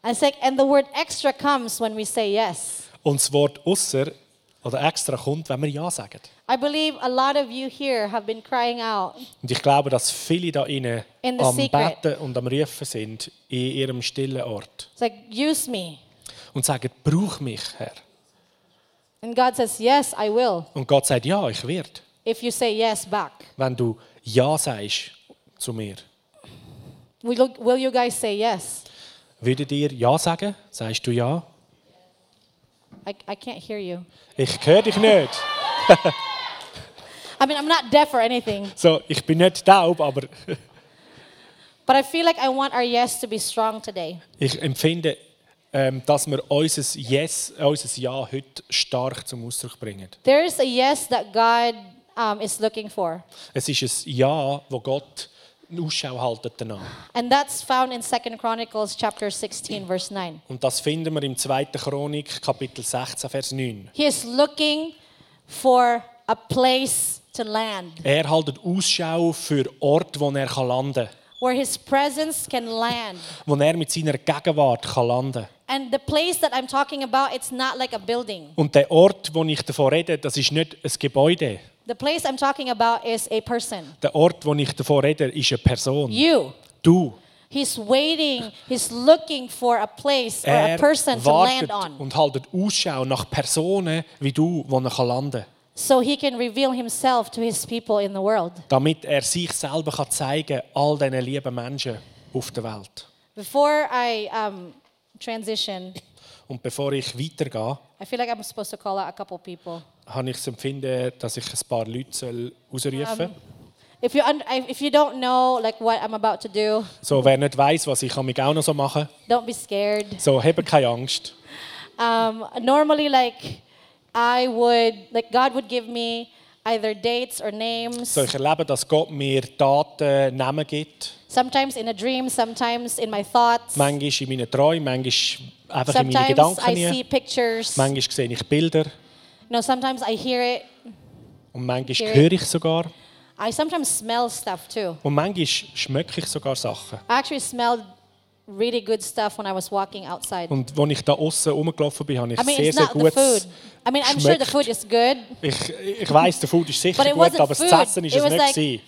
Speaker 2: I say, and the word extra comes when we say yes.
Speaker 1: Und das Wort außer oder extra kommt, wenn wir Ja sagen.
Speaker 2: I believe a lot of you here have been crying out
Speaker 1: Und ich glaube, dass viele da innen
Speaker 2: In the
Speaker 1: am
Speaker 2: secret.
Speaker 1: Beten und am Rufen sind in ihrem stillen Ort
Speaker 2: It's like, use me.
Speaker 1: und sagen, brauch mich, Herr.
Speaker 2: And God says, Yes, I will,
Speaker 1: Und Gott sagt, ja, ich werde,
Speaker 2: if you say yes back.
Speaker 1: wenn du Ja sagst zu mir.
Speaker 2: Will you, will you guys say yes?
Speaker 1: Würdet ihr Ja sagen? Sagst du Ja?
Speaker 2: I, I can't hear you.
Speaker 1: Ich höre dich nicht.
Speaker 2: I mean, I'm not deaf or anything,
Speaker 1: So, ich bin nicht taub, aber
Speaker 2: but I feel like I want our yes to be strong today.
Speaker 1: ich empfinde, ähm, dass wir unser, yes, unser Ja heute stark zum Ausdruck bringen.
Speaker 2: There is a yes that God um, is looking for,
Speaker 1: Es ist ein Ja, wo Gott Ausschau haltet danach.
Speaker 2: and that's found in Second Chronicles chapter 16, verse 9.
Speaker 1: Und das finden wir im 2. Chronik, Kapitel 16, Vers 9.
Speaker 2: He is looking for a place to land
Speaker 1: Er haltet Ausschau für Ort, wo er kann landen kann,
Speaker 2: where His presence can land.
Speaker 1: wo er mit seiner Gegenwart kann landen kann.
Speaker 2: And the place that I'm talking about, it's not like a building.
Speaker 1: Und der Ort, wo ich davon rede, das ist nicht ein Gebäude.
Speaker 2: The place I'm talking about is a person.
Speaker 1: Der Ort, wo ich davon rede, ist eine Person.
Speaker 2: You.
Speaker 1: Du.
Speaker 2: He's waiting, he's looking for a place or a
Speaker 1: Er
Speaker 2: person to land
Speaker 1: wartet
Speaker 2: on
Speaker 1: und haltet Ausschau nach Personen wie du, wo er kann landen kann.
Speaker 2: so he can reveal himself to his people in the world.
Speaker 1: Damit er sich selber kann zeigen kann, all diesen lieben Menschen auf der Welt.
Speaker 2: Before I um, transition,
Speaker 1: Und bevor ich weitergehe,
Speaker 2: I feel like I'm supposed to call out a couple people.
Speaker 1: habe ich das Empfinden, dass ich ein paar Leute soll ausrufen
Speaker 2: Ähm.
Speaker 1: soll.
Speaker 2: If you, un- I- if you don't know like what I'm about to do,
Speaker 1: So, wer nicht weiß, was ich mich auch noch so mache,
Speaker 2: don't be scared.
Speaker 1: so habe keine Angst.
Speaker 2: Um, normally, like I would, like God would give me either dates or names.
Speaker 1: So, ich erlebe, dass Gott mir Daten, Namen gibt.
Speaker 2: Sometimes in a dream, sometimes in my thoughts.
Speaker 1: Manchmal in meinen Träumen, manchmal einfach in meinen
Speaker 2: Sometimes
Speaker 1: Gedanken.
Speaker 2: I see
Speaker 1: hinein.
Speaker 2: pictures.
Speaker 1: Manchmal sehe ich Bilder
Speaker 2: No, sometimes I hear it.
Speaker 1: und manchmal
Speaker 2: Hear it.
Speaker 1: höre ich sogar.
Speaker 2: I sometimes smell stuff too.
Speaker 1: Und manchmal schmecke ich sogar Sachen.
Speaker 2: I actually smelled really good stuff when I was walking outside.
Speaker 1: Und als ich da außen rumgelaufen bin, habe ich
Speaker 2: I mean,
Speaker 1: sehr,
Speaker 2: it's
Speaker 1: sehr
Speaker 2: not the
Speaker 1: gut.
Speaker 2: food. I mean, I'm sure the
Speaker 1: schmeckt.
Speaker 2: food is good.
Speaker 1: Ich, ich weiss, der Food ist sicher
Speaker 2: But it
Speaker 1: gut,
Speaker 2: wasn't
Speaker 1: aber das
Speaker 2: food.
Speaker 1: Essen war
Speaker 2: It
Speaker 1: es
Speaker 2: was
Speaker 1: nicht.
Speaker 2: like
Speaker 1: gewesen.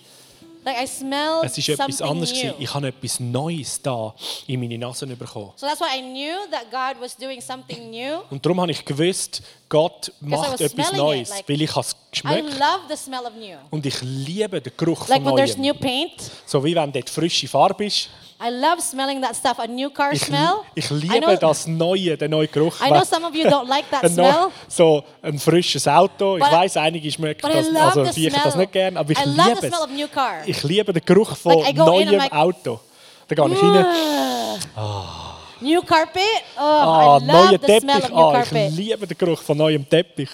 Speaker 2: Like I smelled
Speaker 1: es war etwas
Speaker 2: something
Speaker 1: anderes.
Speaker 2: new.
Speaker 1: gewesen. Ich habe etwas Neues da in meine Nase bekommen.
Speaker 2: So that's why I knew that God was doing something new.
Speaker 1: Und darum habe ich gewusst, Gott macht
Speaker 2: was
Speaker 1: etwas
Speaker 2: smelling
Speaker 1: Neues,
Speaker 2: it, like-
Speaker 1: weil ich habe es
Speaker 2: I
Speaker 1: geschmeckt
Speaker 2: love the smell of new.
Speaker 1: und ich liebe den Geruch
Speaker 2: Like
Speaker 1: von
Speaker 2: when there's
Speaker 1: Neuem.
Speaker 2: new paint,
Speaker 1: So wie wenn dort frische Farbe ist.
Speaker 2: I love smelling that stuff. A new car
Speaker 1: Ich,
Speaker 2: smell.
Speaker 1: ich
Speaker 2: I
Speaker 1: liebe
Speaker 2: know,
Speaker 1: das Neue, den neuen Geruch.
Speaker 2: I know some of you don't like that
Speaker 1: Ein neu-
Speaker 2: smell.
Speaker 1: so ein frisches Auto. Ich
Speaker 2: But-
Speaker 1: weiß, einige schmecken
Speaker 2: But I
Speaker 1: das,
Speaker 2: love
Speaker 1: also
Speaker 2: the
Speaker 1: riechen
Speaker 2: smell.
Speaker 1: das nicht gern, aber ich
Speaker 2: I love the
Speaker 1: liebe
Speaker 2: smell of
Speaker 1: es.
Speaker 2: new car.
Speaker 1: Ich liebe den Geruch von
Speaker 2: Like, I go in, I'm
Speaker 1: neuem
Speaker 2: like-
Speaker 1: Auto. Da gehe ich rein.
Speaker 2: New carpet. Oh,
Speaker 1: Ah,
Speaker 2: I love
Speaker 1: neuer
Speaker 2: the smell
Speaker 1: Teppich.
Speaker 2: of new
Speaker 1: Ah, ich
Speaker 2: carpet.
Speaker 1: liebe den Geruch von neuem Teppich.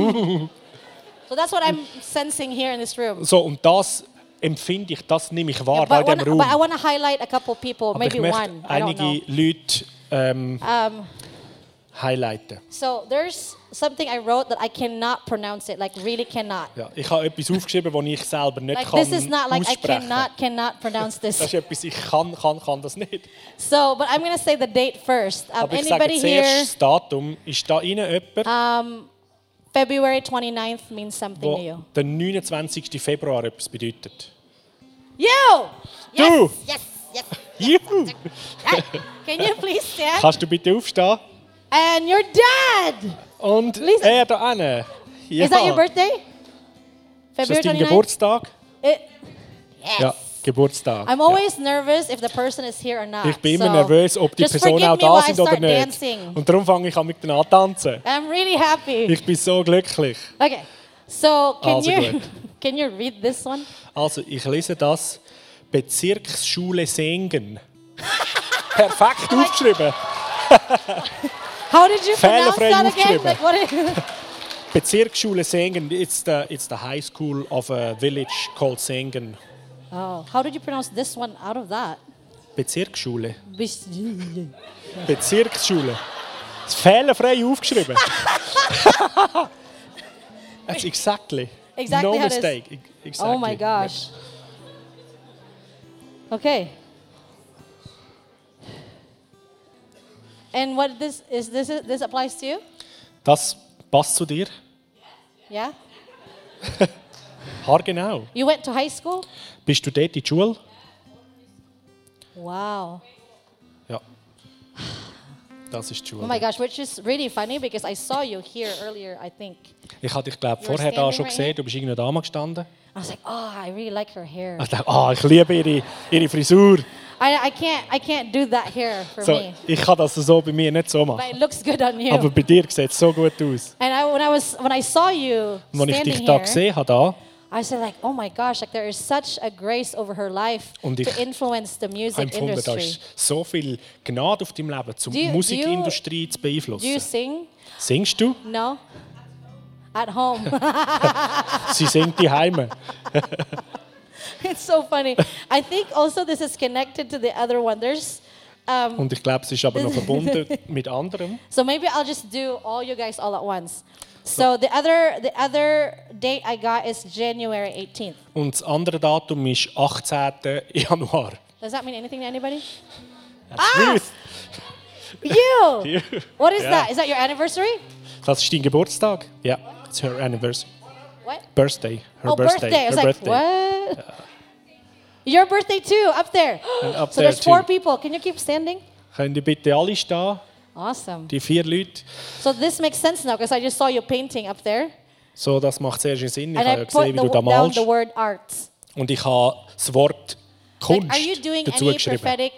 Speaker 2: So that's what I'm sensing here in this room.
Speaker 1: So, und das empfinde ich, das nehme ich wahr
Speaker 2: but, I
Speaker 1: bei diesem
Speaker 2: wanna, but I
Speaker 1: Raum.
Speaker 2: want to highlight a couple people,
Speaker 1: Aber
Speaker 2: maybe
Speaker 1: ich möchte
Speaker 2: one. I don't know.
Speaker 1: einige Leute ähm,
Speaker 2: Um,
Speaker 1: highlighten.
Speaker 2: so there's something I wrote that I cannot pronounce it, like really cannot.
Speaker 1: Ja, ich habe etwas aufgeschrieben, das ich selber nicht
Speaker 2: Like
Speaker 1: kann
Speaker 2: this is not like I
Speaker 1: aussprechen
Speaker 2: cannot cannot pronounce
Speaker 1: Das
Speaker 2: this.
Speaker 1: ist etwas, ich kann, kann, kann das nicht.
Speaker 2: So, but I'm gonna say the date first. Um,
Speaker 1: Aber ich sage
Speaker 2: anybody
Speaker 1: zuerst
Speaker 2: here?
Speaker 1: das Datum. Ist da rein jemand,
Speaker 2: Um, February 29th means something to
Speaker 1: wo
Speaker 2: you.
Speaker 1: der 29. Februar etwas bedeutet?
Speaker 2: You. Yes.
Speaker 1: Du.
Speaker 2: Yes. Yes.
Speaker 1: Juhu!
Speaker 2: Right. Can you please stand?
Speaker 1: Kannst du bitte aufstehen?
Speaker 2: And your dad.
Speaker 1: Und
Speaker 2: Lisa.
Speaker 1: er da hinten. Ja.
Speaker 2: Is that your birthday?
Speaker 1: Ist das
Speaker 2: February
Speaker 1: dein
Speaker 2: 29th?
Speaker 1: Geburtstag?
Speaker 2: It, yes.
Speaker 1: Ja, Geburtstag.
Speaker 2: I'm
Speaker 1: ja.
Speaker 2: always nervous if the person is here or not.
Speaker 1: Ich bin immer
Speaker 2: so
Speaker 1: nervös, ob die
Speaker 2: just
Speaker 1: Personen
Speaker 2: forgive
Speaker 1: auch
Speaker 2: me while
Speaker 1: da
Speaker 2: I
Speaker 1: sind oder
Speaker 2: start
Speaker 1: nicht.
Speaker 2: dancing.
Speaker 1: Und darum fange ich an mit an tanzen.
Speaker 2: I'm really happy.
Speaker 1: Ich bin so glücklich.
Speaker 2: Okay. So can
Speaker 1: Also
Speaker 2: you
Speaker 1: gut.
Speaker 2: can you read this one?
Speaker 1: Also, ich lese das. Bezirksschule Sengen. Perfekt aufgeschrieben.
Speaker 2: How did you pronounce
Speaker 1: Fehlerfrei
Speaker 2: that again?
Speaker 1: aufgeschrieben.
Speaker 2: Like what is,
Speaker 1: Bezirksschule Sengen. It's the, it's the high school of a village called Sengen.
Speaker 2: oh, how did you pronounce this one out of that?
Speaker 1: Bezirksschule.
Speaker 2: Bis-
Speaker 1: Bezirksschule. Das fehlerfrei aufgeschrieben. That's exactly.
Speaker 2: Exactly
Speaker 1: no
Speaker 2: how it is.
Speaker 1: mistake. E- Exactly.
Speaker 2: Oh my gosh. Okay. And what this is this this applies to you?
Speaker 1: Das passt zu dir?
Speaker 2: Yeah?
Speaker 1: Haargenau.
Speaker 2: You went to high school?
Speaker 1: genau. Bist du dort in die Schule?
Speaker 2: Wow.
Speaker 1: Ja. Das ist die Schule.
Speaker 2: Oh my gosh, which is really funny because I saw you here earlier, I think.
Speaker 1: ich hatte dich glaube
Speaker 2: You're
Speaker 1: vorher da
Speaker 2: standing
Speaker 1: schon
Speaker 2: right
Speaker 1: gesehen.
Speaker 2: here.
Speaker 1: Du bist irgendwo da mal gestanden.
Speaker 2: I was like, oh, I really like her hair.
Speaker 1: Ich dachte, ah, ich liebe ihre, ihre Frisur.
Speaker 2: I, I can't I can't do that hair for
Speaker 1: So,
Speaker 2: me.
Speaker 1: ich kann das so bei mir nicht so machen.
Speaker 2: But it looks good on you.
Speaker 1: Aber bei dir sieht es so gut aus.
Speaker 2: and I, when I was when I saw you
Speaker 1: Und als ich
Speaker 2: standing
Speaker 1: dich da
Speaker 2: here,
Speaker 1: gesehen habe, da,
Speaker 2: I said like, oh my gosh, like there is such a grace over her life
Speaker 1: Und ich
Speaker 2: to influence the
Speaker 1: habe
Speaker 2: music
Speaker 1: ich empfunden, da
Speaker 2: industry.
Speaker 1: ist so viel Gnade auf deinem Leben, um
Speaker 2: Do
Speaker 1: die
Speaker 2: you-
Speaker 1: Musikindustrie zu
Speaker 2: Do you
Speaker 1: beeinflussen.
Speaker 2: sing?
Speaker 1: Singst du?
Speaker 2: No. At home.
Speaker 1: Sie singt die Heime.
Speaker 2: it's so funny. I think also this is connected to the other one. There's um,
Speaker 1: Und ich glaube, es ist aber noch verbunden mit anderem.
Speaker 2: so maybe I'll just do all you guys all at once. So the other the other date I got is January 18th.
Speaker 1: Und das andere Datum ist 18. Januar.
Speaker 2: Does that mean anything to anybody?
Speaker 1: Ruth,
Speaker 2: You. What is
Speaker 1: Yeah.
Speaker 2: that? Is that your anniversary?
Speaker 1: Das ist dein Geburtstag? Ja, it's her anniversary.
Speaker 2: What?
Speaker 1: Birthday. Her
Speaker 2: oh, birthday. I was
Speaker 1: Her
Speaker 2: like,
Speaker 1: birthday.
Speaker 2: what? Your birthday too, up there.
Speaker 1: up
Speaker 2: so
Speaker 1: there
Speaker 2: there's four
Speaker 1: too.
Speaker 2: people. Can you keep standing?
Speaker 1: Könnt ihr bitte alle stehen?
Speaker 2: Awesome.
Speaker 1: Die vier Leute.
Speaker 2: So this makes sense now because I just saw you painting up there.
Speaker 1: So, das macht sehr viel Sinn. Ich
Speaker 2: and
Speaker 1: habe ja
Speaker 2: I put
Speaker 1: gesehen, wie du
Speaker 2: the,
Speaker 1: da
Speaker 2: down
Speaker 1: malst.
Speaker 2: the word art.
Speaker 1: Und ich habe das Wort Kunst
Speaker 2: Like, are you doing
Speaker 1: dazu
Speaker 2: any
Speaker 1: geschrieben.
Speaker 2: prophetic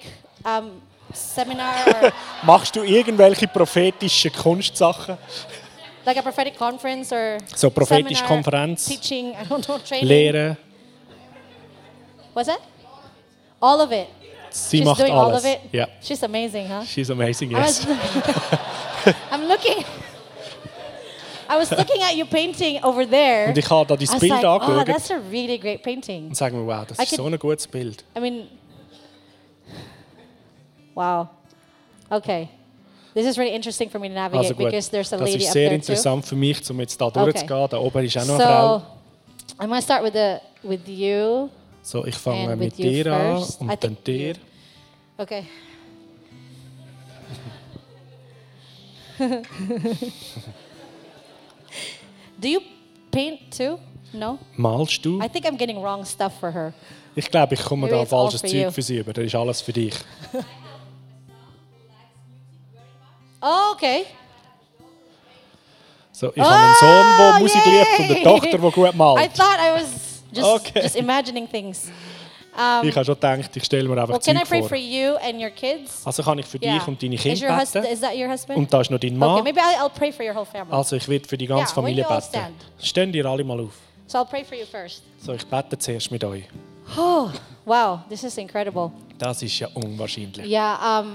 Speaker 2: um, seminar or
Speaker 1: Machst du irgendwelche prophetischen Kunstsachen?
Speaker 2: like a prophetic conference or
Speaker 1: So prophetische
Speaker 2: seminar,
Speaker 1: Konferenz.
Speaker 2: teaching, I don't know, training?
Speaker 1: Lehren?
Speaker 2: What's that? All of it.
Speaker 1: Sie
Speaker 2: She's
Speaker 1: macht
Speaker 2: doing all
Speaker 1: alles.
Speaker 2: of it.
Speaker 1: Ja.
Speaker 2: She's amazing, huh?
Speaker 1: She's amazing,
Speaker 2: I
Speaker 1: yes.
Speaker 2: was, I'm looking. I was looking at you painting over there.
Speaker 1: Und ich habe da dein
Speaker 2: I was
Speaker 1: Bild
Speaker 2: like, oh,
Speaker 1: angeschaut.
Speaker 2: that's a really great painting.
Speaker 1: Und sage mir, wow, das
Speaker 2: I
Speaker 1: ist
Speaker 2: could-
Speaker 1: so ein gutes Bild.
Speaker 2: I mean, wow. Okay. This is really interesting for me to navigate
Speaker 1: Also gut,
Speaker 2: because there's a
Speaker 1: das
Speaker 2: lady
Speaker 1: ist
Speaker 2: up
Speaker 1: sehr
Speaker 2: there too.
Speaker 1: interessant für mich, um jetzt da durchzugehen. Da oben ist auch noch eine
Speaker 2: So
Speaker 1: Frau.
Speaker 2: I'm going to start with the with you.
Speaker 1: So, ich fange
Speaker 2: and
Speaker 1: mit
Speaker 2: with you
Speaker 1: dir an
Speaker 2: first. I
Speaker 1: und dann
Speaker 2: think
Speaker 1: dir.
Speaker 2: Okay. Do you paint too? No?
Speaker 1: Malst du?
Speaker 2: I think I'm getting wrong stuff for her.
Speaker 1: Ich glaube, ich komme
Speaker 2: Maybe
Speaker 1: da
Speaker 2: it's all
Speaker 1: falsches
Speaker 2: for
Speaker 1: Zeug
Speaker 2: you.
Speaker 1: für sie über. Das ist alles für dich.
Speaker 2: Oh, okay.
Speaker 1: So, ich habe einen Sohn, der Musik liebt und eine
Speaker 2: Oh, yay!
Speaker 1: Tochter, die gut
Speaker 2: Ah, I
Speaker 1: malt.
Speaker 2: thought I was just,
Speaker 1: Okay.
Speaker 2: just imagining things.
Speaker 1: Ich habe schon gedacht, ich stelle mir einfach
Speaker 2: Well, can I
Speaker 1: Zeug
Speaker 2: pray for
Speaker 1: vor.
Speaker 2: you and your kids?
Speaker 1: Also kann ich für dich und deine
Speaker 2: Is, your
Speaker 1: Kinder
Speaker 2: husband,
Speaker 1: beten.
Speaker 2: is that your husband?
Speaker 1: Und da ist noch dein
Speaker 2: okay,
Speaker 1: Mann.
Speaker 2: maybe I'll, I'll pray for your whole family.
Speaker 1: Also ich werde für die ganze
Speaker 2: Yeah, when
Speaker 1: Familie
Speaker 2: you all
Speaker 1: beten. Stehen dir alle mal auf.
Speaker 2: so I'll pray for you first.
Speaker 1: So, ich bete zuerst mit euch.
Speaker 2: Oh, wow, this is incredible.
Speaker 1: Das ist ja unwahrscheinlich.
Speaker 2: Yeah. Um,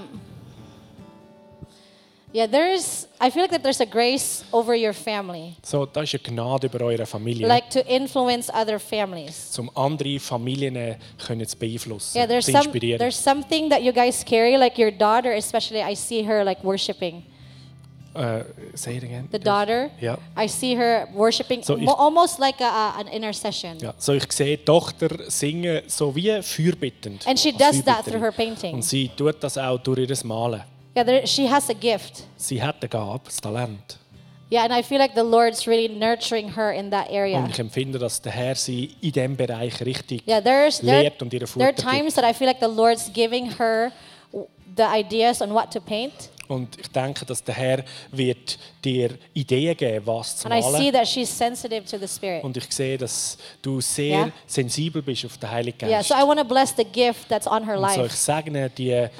Speaker 2: yeah, there's. I feel like that there's a grace over your family,
Speaker 1: So, da ist eine Gnade über eure Familie,
Speaker 2: like to influence other families.
Speaker 1: um andere Familien äh, können zu beeinflussen,
Speaker 2: Yeah, there's
Speaker 1: zu
Speaker 2: some.
Speaker 1: inspirieren.
Speaker 2: There's something that you guys carry, like your daughter, especially. I see her like worshiping
Speaker 1: Äh, say it again.
Speaker 2: the daughter.
Speaker 1: Yeah.
Speaker 2: I see her worshiping
Speaker 1: So
Speaker 2: mo-
Speaker 1: if-
Speaker 2: almost like a, a, an intercession.
Speaker 1: Ja, so ich sehe die Tochter singen so wie fürbittend.
Speaker 2: And she
Speaker 1: als
Speaker 2: does that
Speaker 1: Fürbitterin.
Speaker 2: through her painting.
Speaker 1: Und sie tut das auch durch ihr Malen.
Speaker 2: Yeah, there, she has a gift.
Speaker 1: Sie hat eine Gabe, das Talent.
Speaker 2: Yeah, and I feel like the Lord's really nurturing her in that area.
Speaker 1: Und ich empfinde, dass der Herr sie in diesem Bereich richtig
Speaker 2: Yeah, there's there,
Speaker 1: lehrt und ihre
Speaker 2: there are
Speaker 1: Futter
Speaker 2: times that I feel like the Lord's giving her w- the ideas on what to paint,
Speaker 1: gibt. Und ich denke, dass der Herr wird dir Ideen geben, was zu
Speaker 2: and I see
Speaker 1: malen.
Speaker 2: that she's sensitive to the Spirit.
Speaker 1: Und ich sehe, dass du sehr
Speaker 2: Yeah.
Speaker 1: sensibel bist auf den Heiligen Geist.
Speaker 2: Yeah, so I want to bless the gift that's on her
Speaker 1: und so ich
Speaker 2: life,
Speaker 1: segne die,
Speaker 2: and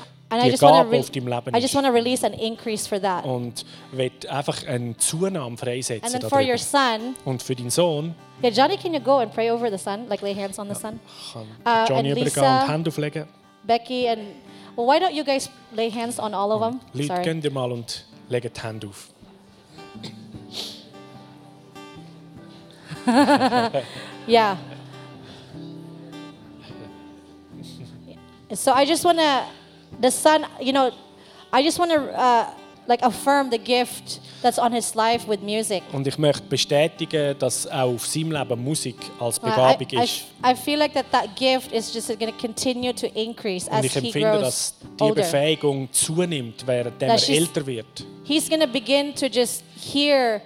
Speaker 2: I
Speaker 1: die
Speaker 2: just want
Speaker 1: Gabe,
Speaker 2: to
Speaker 1: die auf deinem Leben
Speaker 2: I just
Speaker 1: ist.
Speaker 2: want to release an increase for that.
Speaker 1: Und will einfach eine Zunahme
Speaker 2: And
Speaker 1: freisetzen
Speaker 2: then for
Speaker 1: darüber.
Speaker 2: your son,
Speaker 1: Und für deinen Sohn
Speaker 2: yeah, Johnny, can you go and pray over the son, like lay hands on the son,
Speaker 1: kann
Speaker 2: Uh,
Speaker 1: Johnny
Speaker 2: and
Speaker 1: übergehen
Speaker 2: Lisa-
Speaker 1: und Hände auflegen.
Speaker 2: Becky, and well, why don't you guys lay hands on all of them?
Speaker 1: Leute,
Speaker 2: Sorry.
Speaker 1: gehen dir mal und legen die Hände auf.
Speaker 2: Yeah. So I just want to, the son, you know, I just want to uh, like affirm the gift that's on his life with music.
Speaker 1: Und ich möchte bestätigen, dass auch auf seinem Leben Musik als
Speaker 2: Uh, I,
Speaker 1: Begabung
Speaker 2: I,
Speaker 1: ist.
Speaker 2: I feel like that that gift is just going to continue to increase
Speaker 1: Und
Speaker 2: as
Speaker 1: ich
Speaker 2: he
Speaker 1: empfinde,
Speaker 2: grows
Speaker 1: dass die
Speaker 2: older.
Speaker 1: Befähigung zunimmt, während er
Speaker 2: Dass she's-
Speaker 1: älter wird.
Speaker 2: He's going to begin to just hear,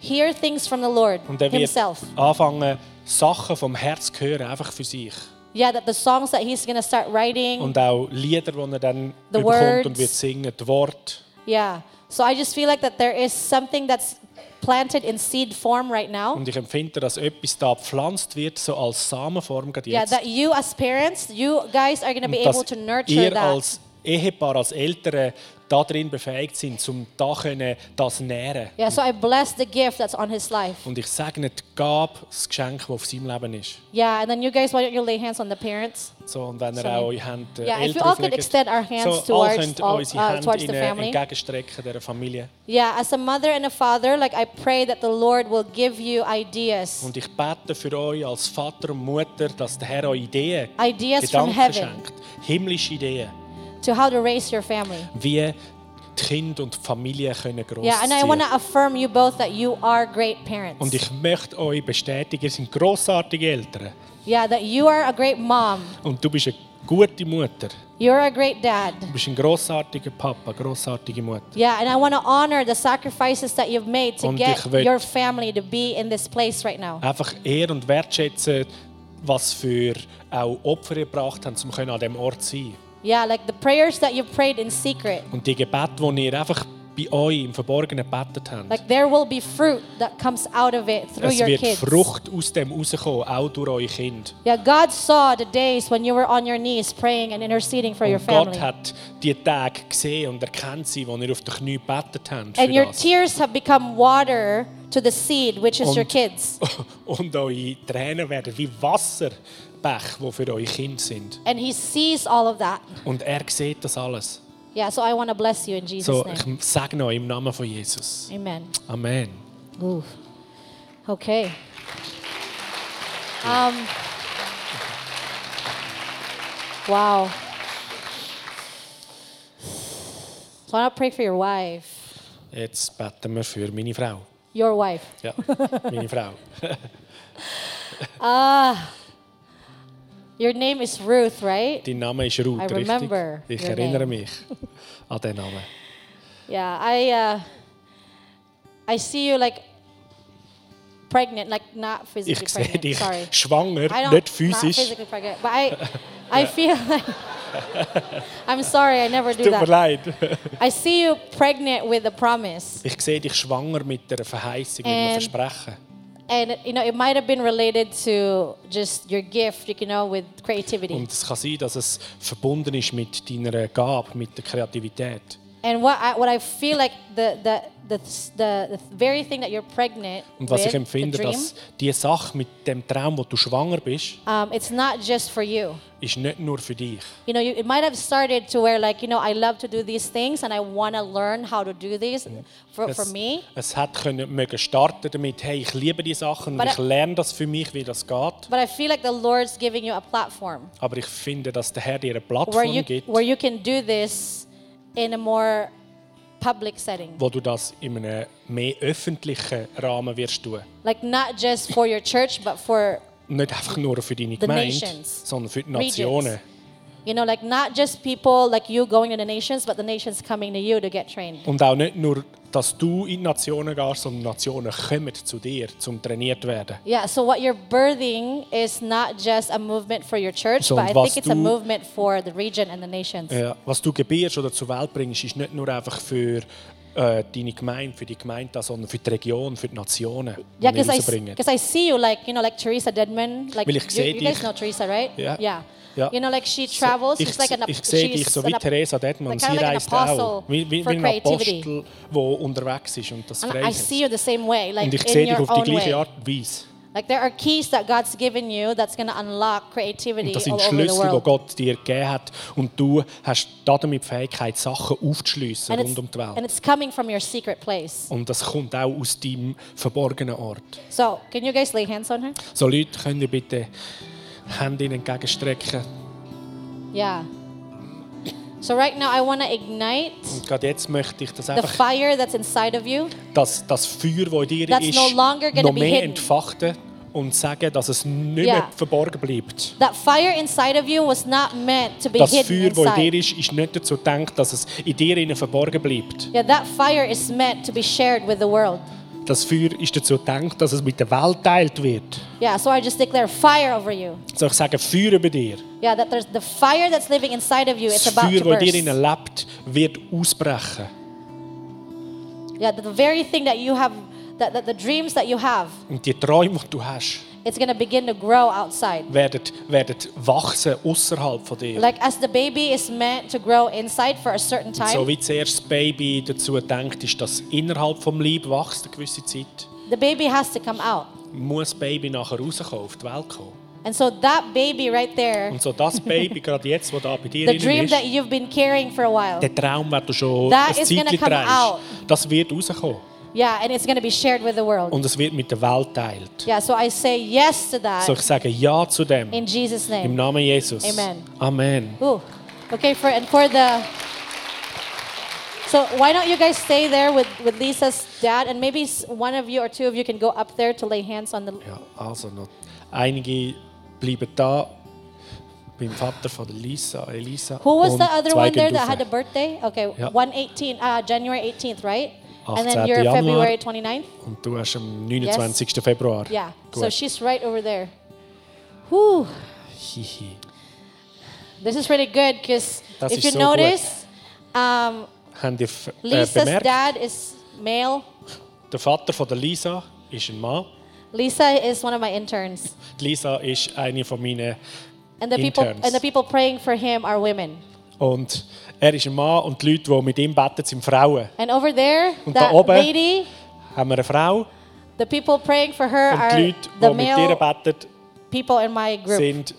Speaker 2: hear things from the Lord
Speaker 1: Und er wird
Speaker 2: himself.
Speaker 1: anfangen, Sachen vom Herz zu hören, einfach für sich.
Speaker 2: Yeah, that the songs that he's going to start writing.
Speaker 1: Und auch Lieder, die er dann
Speaker 2: The
Speaker 1: bekommt und
Speaker 2: words.
Speaker 1: wird singen, die Worte.
Speaker 2: Yeah. So I just feel like that there is something that's planted in seed form right now.
Speaker 1: Und ich empfinde, dass etwas da gepflanzt wird, so als Samenform gerade
Speaker 2: Yeah,
Speaker 1: jetzt.
Speaker 2: that you as parents, you guys are going to be able
Speaker 1: und
Speaker 2: to
Speaker 1: dass
Speaker 2: nurture
Speaker 1: ihr
Speaker 2: that.
Speaker 1: als Ehepaar, als Eltern darin befähigt sind, um da können, das nähren.
Speaker 2: Yeah, so I bless the gift that's on his life.
Speaker 1: Und ich segne die Gabe, das Geschenk, das auf seinem Leben ist.
Speaker 2: Yeah, and then you guys, why don't you lay hands on the parents?
Speaker 1: So, und wenn ihr
Speaker 2: Sorry.
Speaker 1: auch eure Hände äh,
Speaker 2: Yeah, if we
Speaker 1: Eltern
Speaker 2: all could
Speaker 1: auflegt,
Speaker 2: extend our hands
Speaker 1: so, alle
Speaker 2: towards
Speaker 1: könnt
Speaker 2: all-
Speaker 1: unsere
Speaker 2: uh,
Speaker 1: Hände
Speaker 2: towards the
Speaker 1: ihnen
Speaker 2: family.
Speaker 1: entgegenstrecken, dieser Familie.
Speaker 2: Yeah, as a mother and a father, like I pray that the Lord will give you ideas.
Speaker 1: Und ich bete für euch als Vater und Mutter, dass der Herr euch Ideen,
Speaker 2: Ideas from
Speaker 1: Gedanken
Speaker 2: heaven
Speaker 1: schenkt. Himmlische Ideen,
Speaker 2: to how to raise your family.
Speaker 1: wie die Kinder und die Familie können
Speaker 2: Yeah, and I
Speaker 1: großziehen
Speaker 2: want to affirm you both that you are great
Speaker 1: Und
Speaker 2: parents.
Speaker 1: ich möchte euch bestätigen, ihr seid grossartige Eltern.
Speaker 2: Yeah, that you are a great mom.
Speaker 1: Und du bist eine gute Mutter.
Speaker 2: You're a great dad.
Speaker 1: Du bist ein grossartiger Papa, grossartige Mutter.
Speaker 2: Yeah, and I want to honor the sacrifices that you've made to
Speaker 1: Und
Speaker 2: get
Speaker 1: ich will-
Speaker 2: your family to be in this place right now.
Speaker 1: Einfach ehren und wertschätzen, was für auch Opfer ihr gebracht habt, um an diesem Ort zu sein.
Speaker 2: Yeah, like the prayers that you've prayed in secret.
Speaker 1: Und die Gebete, die ihr einfach bei euch im Verborgenen gebetet habt,
Speaker 2: Like there will be fruit that comes out of it through
Speaker 1: es
Speaker 2: your
Speaker 1: wird
Speaker 2: kids.
Speaker 1: Frucht aus dem rauskommen, auch durch eure Kinder.
Speaker 2: Yeah, God saw the days when you were on your knees praying and interceding for your
Speaker 1: Und Gott
Speaker 2: family.
Speaker 1: hat die Tage gesehen und erkennt sie, die ihr auf den Knien gebetet habt.
Speaker 2: And
Speaker 1: Für
Speaker 2: your
Speaker 1: das.
Speaker 2: tears have become water to the seed, which is your
Speaker 1: Und-
Speaker 2: kids.
Speaker 1: Und eure Tränen werden wie Wasserbäche, die für eure Kinder sind.
Speaker 2: And He sees all of that.
Speaker 1: Und er sieht das alles.
Speaker 2: Yeah, so I want to bless you in Jesus'
Speaker 1: So,
Speaker 2: name.
Speaker 1: ich segne euch im Namen von Jesus.
Speaker 2: Amen.
Speaker 1: Amen.
Speaker 2: Ooh. Okay. Um, wow. So I want to pray for your wife.
Speaker 1: Jetzt beten wir für meine Frau.
Speaker 2: Your wife.
Speaker 1: Ja, meine Frau.
Speaker 2: Your name is Ruth, right?
Speaker 1: Dein Name ist Ruth,
Speaker 2: I
Speaker 1: richtig?
Speaker 2: remember
Speaker 1: Ich
Speaker 2: your
Speaker 1: erinnere
Speaker 2: name.
Speaker 1: mich an den Namen.
Speaker 2: Yeah. I uh, I see you like pregnant, like not physically
Speaker 1: Ich sehe
Speaker 2: pregnant.
Speaker 1: dich
Speaker 2: Sorry. I
Speaker 1: schwanger, nicht
Speaker 2: don't not
Speaker 1: physisch.
Speaker 2: physically pregnant, but I I feel like I'm sorry. I never do
Speaker 1: Tut mir
Speaker 2: that.
Speaker 1: leid.
Speaker 2: I see you pregnant with a promise.
Speaker 1: Ich sehe dich schwanger mit einer Verheißung, mit einem
Speaker 2: Ähm.
Speaker 1: Versprechen.
Speaker 2: And you know, it might have been related to just your gift, you know, with creativity.
Speaker 1: Und es kann sein, dass es verbunden ist mit deiner Gabe, mit der Kreativität.
Speaker 2: And what I, what I feel like the the, the the the very thing that you're pregnant
Speaker 1: Und was
Speaker 2: with,
Speaker 1: ich empfinde,
Speaker 2: the dream,
Speaker 1: dass die Sache mit dem Traum, wo du schwanger bist,
Speaker 2: um, it's not just for you.
Speaker 1: ist nicht nur für dich.
Speaker 2: You know, you, it might have started to where like you know, I love to do these things and I want to learn how to do these for, for
Speaker 1: Es,
Speaker 2: me.
Speaker 1: es hat können mögen starten damit, hey, ich liebe die Sachen und
Speaker 2: But
Speaker 1: ich
Speaker 2: I-
Speaker 1: lerne das für mich, wie das geht.
Speaker 2: But I feel like the Lord's giving you a platform
Speaker 1: Aber ich finde, dass der Herr dir eine
Speaker 2: where
Speaker 1: Plattform
Speaker 2: you
Speaker 1: gibt,
Speaker 2: where you can do this in a more public setting.
Speaker 1: wo du das in einem mehr öffentlichen Rahmen wirst tun.
Speaker 2: like not just for your church but for
Speaker 1: Nicht einfach nur für deine Gemeinde,
Speaker 2: nations.
Speaker 1: sondern für die
Speaker 2: Regions.
Speaker 1: Nationen.
Speaker 2: you know like not just people like you going to the nations but the nations coming to you to get trained
Speaker 1: Und auch nicht nur, dass du in die Nationen gehst, sondern die Nationen kommen zu dir, um trainiert zu werden.
Speaker 2: yeah so what you're birthing is not just a movement for your church
Speaker 1: So, Eh,
Speaker 2: but i
Speaker 1: und was
Speaker 2: think it's a
Speaker 1: du-
Speaker 2: movement for the region and the nations
Speaker 1: Ja, Äh, was du gebierst oder zur Welt bringst, ist nicht nur einfach für äh, deine Gemeinde, für die Gemeinde, da, sondern für die Region, für die Nationen,
Speaker 2: yeah
Speaker 1: die wir
Speaker 2: because I,
Speaker 1: rausbringen.
Speaker 2: because I see you like you know like teresa deadman like
Speaker 1: Weil
Speaker 2: you,
Speaker 1: ich seh
Speaker 2: you guys
Speaker 1: dich.
Speaker 2: know teresa right
Speaker 1: Ja.
Speaker 2: yeah
Speaker 1: Ja.
Speaker 2: you know like she
Speaker 1: So,
Speaker 2: travels
Speaker 1: ich,
Speaker 2: she's like an
Speaker 1: ich sehe dich
Speaker 2: she's
Speaker 1: so wie
Speaker 2: an-
Speaker 1: Teresa Detmann,
Speaker 2: like
Speaker 1: sie
Speaker 2: kind of like an
Speaker 1: reist
Speaker 2: apostle
Speaker 1: auch. Wie, wie, wie
Speaker 2: for
Speaker 1: ein
Speaker 2: creativity.
Speaker 1: Apostel, der unterwegs ist und das
Speaker 2: and I
Speaker 1: frei
Speaker 2: see you the same way, like
Speaker 1: Und ich sehe
Speaker 2: in
Speaker 1: dich
Speaker 2: your
Speaker 1: auf die
Speaker 2: own
Speaker 1: gleiche
Speaker 2: way.
Speaker 1: Art und Weise.
Speaker 2: Like there are keys that God's given you that's going to unlock creativity
Speaker 1: Und das
Speaker 2: all
Speaker 1: sind
Speaker 2: over the
Speaker 1: Schlüssel, die
Speaker 2: world.
Speaker 1: Gott dir gegeben hat. Und du hast damit die Fähigkeit, Sachen aufzuschliessen
Speaker 2: And
Speaker 1: rund
Speaker 2: it's,
Speaker 1: um die
Speaker 2: and
Speaker 1: Welt.
Speaker 2: it's coming from your secret place.
Speaker 1: Und das kommt auch aus deinem verborgenen Ort.
Speaker 2: So, can you guys lay hands on her?
Speaker 1: So Leute, könnt ihr bitte Hände ihnen entgegenstrecken?
Speaker 2: Yeah. So right now I want to ignite
Speaker 1: Und gerade jetzt möchte ich das
Speaker 2: the
Speaker 1: einfach,
Speaker 2: fire that's inside of you.
Speaker 1: dass das Feuer, das in dir
Speaker 2: That's
Speaker 1: ist,
Speaker 2: no longer gonna
Speaker 1: noch
Speaker 2: be
Speaker 1: mehr
Speaker 2: hidden.
Speaker 1: entfachen und sagen, dass es nicht
Speaker 2: Yeah.
Speaker 1: mehr verborgen bleibt.
Speaker 2: That fire inside of you was not meant to be
Speaker 1: Das
Speaker 2: hidden
Speaker 1: Feuer, das in dir
Speaker 2: inside.
Speaker 1: ist, ist nicht dazu gedacht, dass es in dir innen verborgen bleibt.
Speaker 2: Yeah, that fire is meant to be shared with the world.
Speaker 1: Das Feuer ist dazu gedacht, dass es mit der Welt teilt wird.
Speaker 2: Yeah, so I just declare fire over you.
Speaker 1: Soll ich sagen, Feuer über dir.
Speaker 2: Yeah, that there's the fire that's living inside of you. It's
Speaker 1: Das
Speaker 2: about
Speaker 1: Feuer,
Speaker 2: to
Speaker 1: das in dir
Speaker 2: burst.
Speaker 1: innen lebt, wird ausbrechen.
Speaker 2: Yeah, the the very thing that you have, that, that the dreams that you have,
Speaker 1: Und die Träume, die du hast,
Speaker 2: it's gonna begin to grow outside.
Speaker 1: werden, werden wachsen außerhalb von dir.
Speaker 2: Like as the baby is meant to grow inside for a certain
Speaker 1: So
Speaker 2: time,
Speaker 1: wie zuerst das Baby dazu denkt, ist, dass innerhalb vom Leib wächst eine gewisse Zeit,
Speaker 2: the baby has to come out.
Speaker 1: muss das Baby nachher rauskommen, auf die Welt kommen.
Speaker 2: And so that baby right there,
Speaker 1: Und so das Baby, gerade jetzt, wo da bei dir
Speaker 2: the
Speaker 1: drin
Speaker 2: dream
Speaker 1: ist,
Speaker 2: that you've been carrying for a while,
Speaker 1: der Traum, den du schon
Speaker 2: That
Speaker 1: ein
Speaker 2: is gonna
Speaker 1: Zeitchen
Speaker 2: come out.
Speaker 1: trägst, das wird rauskommen.
Speaker 2: yeah, and it's gonna be shared with the world.
Speaker 1: Und es wird mit der Welt teilt.
Speaker 2: Yeah, so I say yes to
Speaker 1: So
Speaker 2: that
Speaker 1: ich sage Ja zu dem,
Speaker 2: in Jesus'
Speaker 1: im
Speaker 2: name.
Speaker 1: Namen Jesus.
Speaker 2: Amen.
Speaker 1: Amen.
Speaker 2: Ooh, okay, for and for the. So why don't you guys stay there with, with Lisa's dad, and maybe s- one of you or two of you can go up there to lay hands on the.
Speaker 1: Ja, also noch. Einige bleiben da beim Vater von Lisa, Elisa.
Speaker 2: Who was
Speaker 1: und
Speaker 2: the other
Speaker 1: zwei
Speaker 2: one there
Speaker 1: gehen
Speaker 2: that
Speaker 1: rauf.
Speaker 2: had a birthday? Okay,
Speaker 1: Yeah.
Speaker 2: 118, uh, January 18th, right? And
Speaker 1: 18th
Speaker 2: then you're
Speaker 1: Januar.
Speaker 2: February 29th?
Speaker 1: Und du hast am 29. Februar.
Speaker 2: Yeah,
Speaker 1: Gut.
Speaker 2: so she's right over there. Whew,
Speaker 1: Hihi.
Speaker 2: this is really good because
Speaker 1: Das
Speaker 2: if
Speaker 1: ist
Speaker 2: you
Speaker 1: so gut.
Speaker 2: notice, um,
Speaker 1: Habt ihr f- äh,
Speaker 2: Lisa's
Speaker 1: bemerkt,
Speaker 2: dad is male.
Speaker 1: der Vater von der Lisa ist ein Mann.
Speaker 2: Lisa is one of my interns.
Speaker 1: Die Lisa ist eine von meinen
Speaker 2: And the people
Speaker 1: Interns.
Speaker 2: and the people praying for him are women.
Speaker 1: und er ist ein Mann und die Leute, die mit ihm beten, sind Frauen.
Speaker 2: And over there,
Speaker 1: Und da
Speaker 2: that
Speaker 1: oben-
Speaker 2: lady,
Speaker 1: Haben wir eine Frau und
Speaker 2: the people praying for her
Speaker 1: die
Speaker 2: are
Speaker 1: Leute,
Speaker 2: the
Speaker 1: die mit ihr
Speaker 2: male
Speaker 1: beten,
Speaker 2: people in my group.
Speaker 1: sind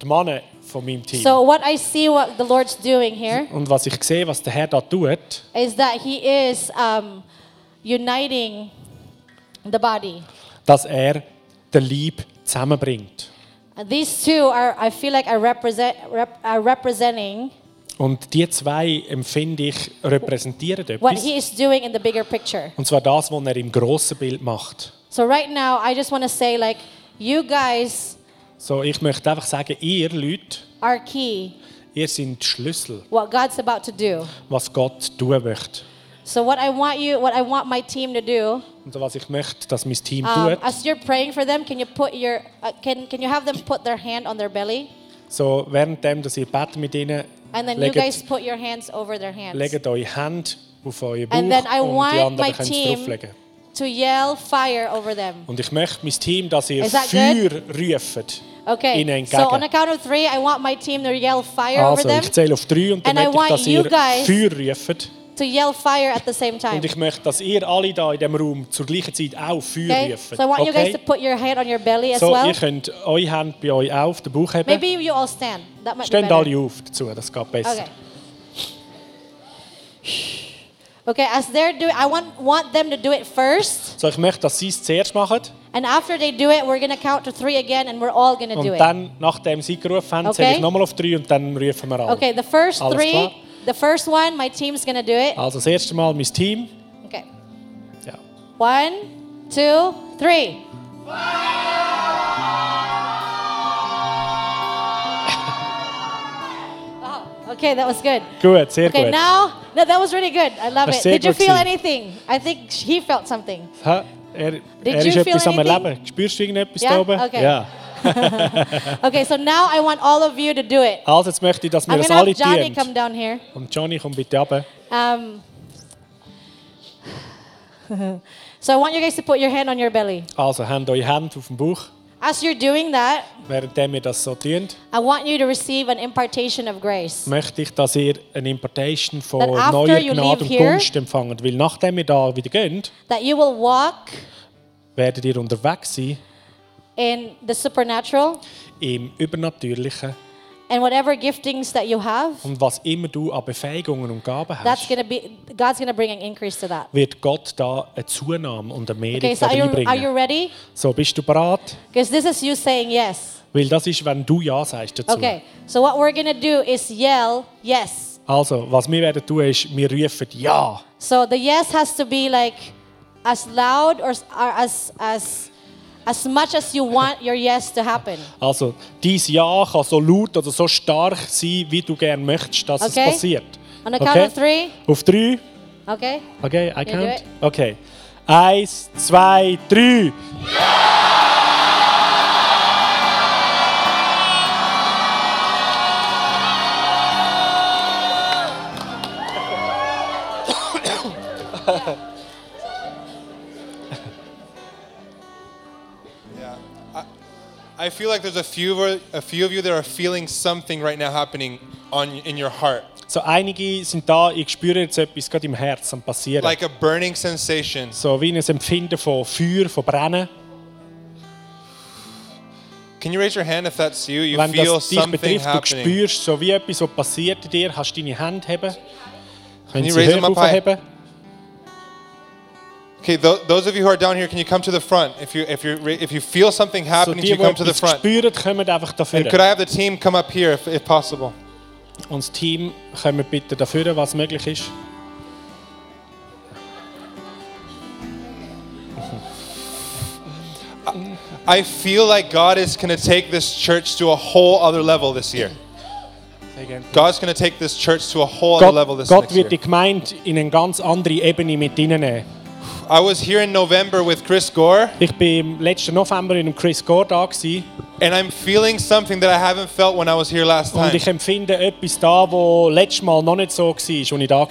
Speaker 1: die Männer von meinem Team.
Speaker 2: So what I see what the Lord's doing here
Speaker 1: Und was ich sehe, was der Herr da tut,
Speaker 2: is that he is um, uniting the body.
Speaker 1: dass er den Leib zusammenbringt.
Speaker 2: And These two are, I feel like, are, represent, rep, are representing
Speaker 1: Und die zwei empfinde ich repräsentieren
Speaker 2: what
Speaker 1: etwas.
Speaker 2: he is doing in the bigger picture.
Speaker 1: Und zwar das, was er im grossen Bild macht.
Speaker 2: So right now, I just want to say, like, you guys
Speaker 1: So, ich möchte einfach sagen, ihr Leute,
Speaker 2: are key.
Speaker 1: ihr seid die Schlüssel,
Speaker 2: What God's about to do.
Speaker 1: was Gott tun möchte.
Speaker 2: So what I want you, what I want my team to do,
Speaker 1: Und was ich möchte, dass mein Team
Speaker 2: um,
Speaker 1: tut.
Speaker 2: as you're praying for them, can you put your, uh, can can you have them put their hand on their belly,
Speaker 1: So, währenddem, dass ihr betet mit ihnen,
Speaker 2: and then you guys
Speaker 1: legt,
Speaker 2: put your hands over their hands,
Speaker 1: legt eure Hände auf euren Bauch und
Speaker 2: and
Speaker 1: die
Speaker 2: then I want
Speaker 1: anderen
Speaker 2: my
Speaker 1: könnt ihr
Speaker 2: team
Speaker 1: drauflegen.
Speaker 2: to yell fire over them.
Speaker 1: Und ich möchte mein Team, dass ihr
Speaker 2: Is that
Speaker 1: Feuer ruft ihnen
Speaker 2: Okay.
Speaker 1: entgegen.
Speaker 2: So on a count of three, I want my team to yell fire over
Speaker 1: also,
Speaker 2: them,
Speaker 1: ich zähle auf drei und dann
Speaker 2: And I
Speaker 1: möchte ich,
Speaker 2: want
Speaker 1: dass
Speaker 2: you
Speaker 1: ihr
Speaker 2: guys-
Speaker 1: Feuer ruft.
Speaker 2: to yell fire at the same time.
Speaker 1: Und ich möchte, dass ihr alle da in diesem Raum zur gleichen Zeit auch Feuer
Speaker 2: Okay.
Speaker 1: ruft.
Speaker 2: So I want you guys to
Speaker 1: Okay?
Speaker 2: put your hand on your belly as
Speaker 1: So,
Speaker 2: well.
Speaker 1: ihr könnt eure Hände bei euch auch auf den Bauch heben.
Speaker 2: Maybe you all stand. That might be
Speaker 1: Stehen
Speaker 2: better.
Speaker 1: alle auf dazu, das geht besser.
Speaker 2: Okay. Okay, as they're doing, I want want them to do it first,
Speaker 1: So, ich möchte, dass sie es zuerst machen
Speaker 2: and after they do it, we're gonna count to three again, and we're all gonna
Speaker 1: und
Speaker 2: do it.
Speaker 1: dann, nachdem sie gerufen haben, zähle
Speaker 2: Okay.
Speaker 1: ich nochmal auf drei und dann rufen wir an.
Speaker 2: Okay, the first
Speaker 1: Alles
Speaker 2: three,
Speaker 1: klar.
Speaker 2: the first one, my team's gonna do it.
Speaker 1: Also das erste Mal mein Team.
Speaker 2: Okay,
Speaker 1: Ja.
Speaker 2: one, two, three. Wow. Oh, Okay, that was good.
Speaker 1: Gut, sehr
Speaker 2: Okay,
Speaker 1: gut.
Speaker 2: now no, that was really good. I love
Speaker 1: Das
Speaker 2: it.
Speaker 1: sehr
Speaker 2: Did you
Speaker 1: gut
Speaker 2: feel
Speaker 1: gewesen.
Speaker 2: anything? I think he felt something.
Speaker 1: Ha, er er
Speaker 2: you
Speaker 1: ist
Speaker 2: feel
Speaker 1: etwas am
Speaker 2: anything?
Speaker 1: Leben. Spürst du irgendetwas
Speaker 2: Ja?
Speaker 1: da oben?
Speaker 2: Okay.
Speaker 1: Ja.
Speaker 2: Okay, so now I want all of you to do it.
Speaker 1: Also jetzt möchte ich, dass wir
Speaker 2: I'm
Speaker 1: das
Speaker 2: gonna
Speaker 1: alle
Speaker 2: have Johnny come
Speaker 1: tun.
Speaker 2: down here.
Speaker 1: Und Johnny, komm bitte runter.
Speaker 2: Um, so I want you guys to put your hand on your belly.
Speaker 1: Also, habt eure Hände auf dem Bauch.
Speaker 2: As you're doing that,
Speaker 1: Während ihr das so tut,
Speaker 2: I want you to receive an impartation of grace.
Speaker 1: möchte ich, dass ihr eine Impartation von
Speaker 2: That after
Speaker 1: neuer
Speaker 2: you
Speaker 1: Gnade
Speaker 2: leave
Speaker 1: und
Speaker 2: here-
Speaker 1: Gunst empfangt. Weil nachdem ihr da wieder geht,
Speaker 2: That you will walk
Speaker 1: werdet ihr unterwegs sein
Speaker 2: in the supernatural
Speaker 1: im Übernatürlichen.
Speaker 2: and whatever giftings that you have.
Speaker 1: Und was immer du an Befähigungen und Gaben
Speaker 2: That's
Speaker 1: hast,
Speaker 2: gonna be God's gonna bring an increase to that.
Speaker 1: wird Gott da eine Zunahme und eine Mehrung
Speaker 2: Okay,
Speaker 1: okay,
Speaker 2: so are you, are you
Speaker 1: bringen.
Speaker 2: ready?
Speaker 1: So, bist du bereit?
Speaker 2: Because this is you saying yes.
Speaker 1: Weil das ist, wenn du Ja sagst dazu.
Speaker 2: Okay, so what we're gonna do is yell yes
Speaker 1: Also, was wir werden tun, ist, wir rufen Ja.
Speaker 2: So the yes has to be like as loud or, s- or as as as much as you want your yes to happen.
Speaker 1: Also, dein Ja kann so laut oder so stark sein, wie du gerne möchtest, dass
Speaker 2: Okay.
Speaker 1: es passiert.
Speaker 2: On the count of three,
Speaker 1: Auf drei.
Speaker 2: okay?
Speaker 1: Okay, I
Speaker 2: do
Speaker 1: count?
Speaker 2: it.
Speaker 1: Okay. Eins, zwei, drei.
Speaker 3: I feel like there's a few, of- a few of you that are feeling something right now happening on, in your heart,
Speaker 1: So einige sind da, ich spüre jetzt etwas gerade im Herzen passieren.
Speaker 3: like a burning sensation.
Speaker 1: so wie ein Empfinden von Feuer, von Brennen.
Speaker 3: Can you raise your hand if that's you? You
Speaker 1: Wenn
Speaker 3: feel
Speaker 1: das dich
Speaker 3: something
Speaker 1: betrifft, du
Speaker 3: happening.
Speaker 1: spürst so wie etwas, was passiert in dir, kannst du deine Hände heben. Können
Speaker 3: you
Speaker 1: sie
Speaker 3: raise them
Speaker 1: hoch
Speaker 3: up high?
Speaker 1: aufheben?
Speaker 3: Okay, tho- those of you who are down here, can you come to the front? If you if you re- if you feel something
Speaker 1: So
Speaker 3: happening,
Speaker 1: die,
Speaker 3: can
Speaker 1: die
Speaker 3: you come to the
Speaker 1: etwas
Speaker 3: front?
Speaker 1: spüren, kommen einfach
Speaker 3: And could
Speaker 1: dafür.
Speaker 3: I have the team come up here if, if possible?
Speaker 1: Und das Team kommen bitte dafür, was möglich ist.
Speaker 3: I feel like God is going to take this church to a whole other level this year. God's going to take this church to a whole other level
Speaker 1: Gott,
Speaker 3: this
Speaker 1: Gott
Speaker 3: next
Speaker 1: wird die
Speaker 3: year.
Speaker 1: Gemeinde in eine ganz andere Ebene mit reinnehmen.
Speaker 3: I was here in November with Chris Gore,
Speaker 1: Ich war im letzten November in einem Chris Gore da gewesen,
Speaker 3: and I'm feeling something that I haven't felt when I was here last
Speaker 1: und
Speaker 3: time.
Speaker 1: ich empfinde etwas da, wo letztes Mal noch nicht so war, als ich da war.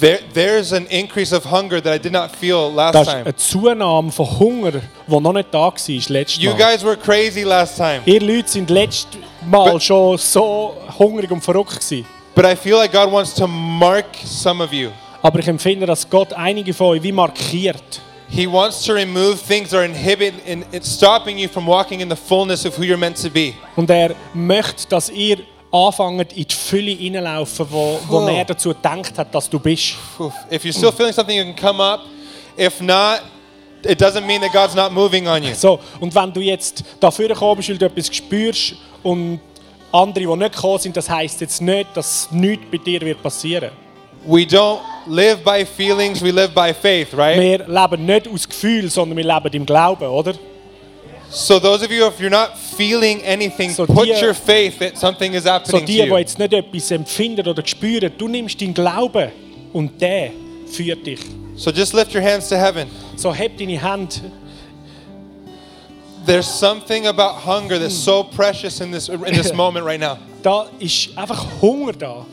Speaker 3: There, there's an increase of hunger that I did not feel
Speaker 1: Das
Speaker 3: last
Speaker 1: ist
Speaker 3: time.
Speaker 1: eine Zunahme von Hunger, die noch nicht da war, letztes
Speaker 3: You
Speaker 1: Mal.
Speaker 3: guys were crazy last time,
Speaker 1: Ihr Leute sind letztes Mal schon so hungrig und verrückt gewesen.
Speaker 3: but I feel like God wants to mark some of you.
Speaker 1: Aber ich empfinde, dass Gott einige von euch wie markiert.
Speaker 3: He wants to remove things that are inhibiting and it's stopping you from walking in the fullness of who you're meant to be.
Speaker 1: Und er möchte, dass ihr anfangt, in die Fülle reinlaufen, wo, wo
Speaker 3: Wow.
Speaker 1: er dazu gedacht hat, dass du bist.
Speaker 3: Oof. If you're still feeling something, you can come up. If not, it doesn't mean that God's not moving on you.
Speaker 1: So, und wenn du jetzt dafür gekommen bist, weil du etwas spürst und andere, die nicht gekommen sind, das heisst jetzt nicht, dass nichts bei dir wird passieren
Speaker 3: We don't live by feelings, we live by faith, right?
Speaker 1: Wir leben nicht aus Gefühl, sondern wir leben im Glauben, oder?
Speaker 3: So, those of you, if you're not feeling anything,
Speaker 1: So
Speaker 3: put
Speaker 1: die-
Speaker 3: your faith that something is
Speaker 1: So
Speaker 3: happening
Speaker 1: die,
Speaker 3: to
Speaker 1: die
Speaker 3: you.
Speaker 1: jetzt nicht etwas empfinden oder spüren, du nimmst deinen Glauben und der führt dich.
Speaker 3: So, just lift your hands to heaven.
Speaker 1: So heb deine Hand.
Speaker 3: There's something about hunger that's so precious in this, in this moment right now.
Speaker 1: Da ist einfach Hunger da.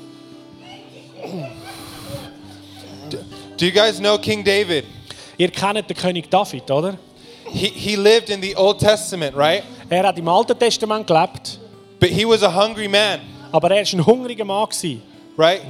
Speaker 3: Do you guys know King David?
Speaker 1: Ihr kennt den König David, oder?
Speaker 3: He, he lived in the Old Testament, right?
Speaker 1: Er hat im Alten Testament gelebt,
Speaker 3: But he was a hungry man,
Speaker 1: aber er war ein hungriger Mann. gewesen.
Speaker 3: right?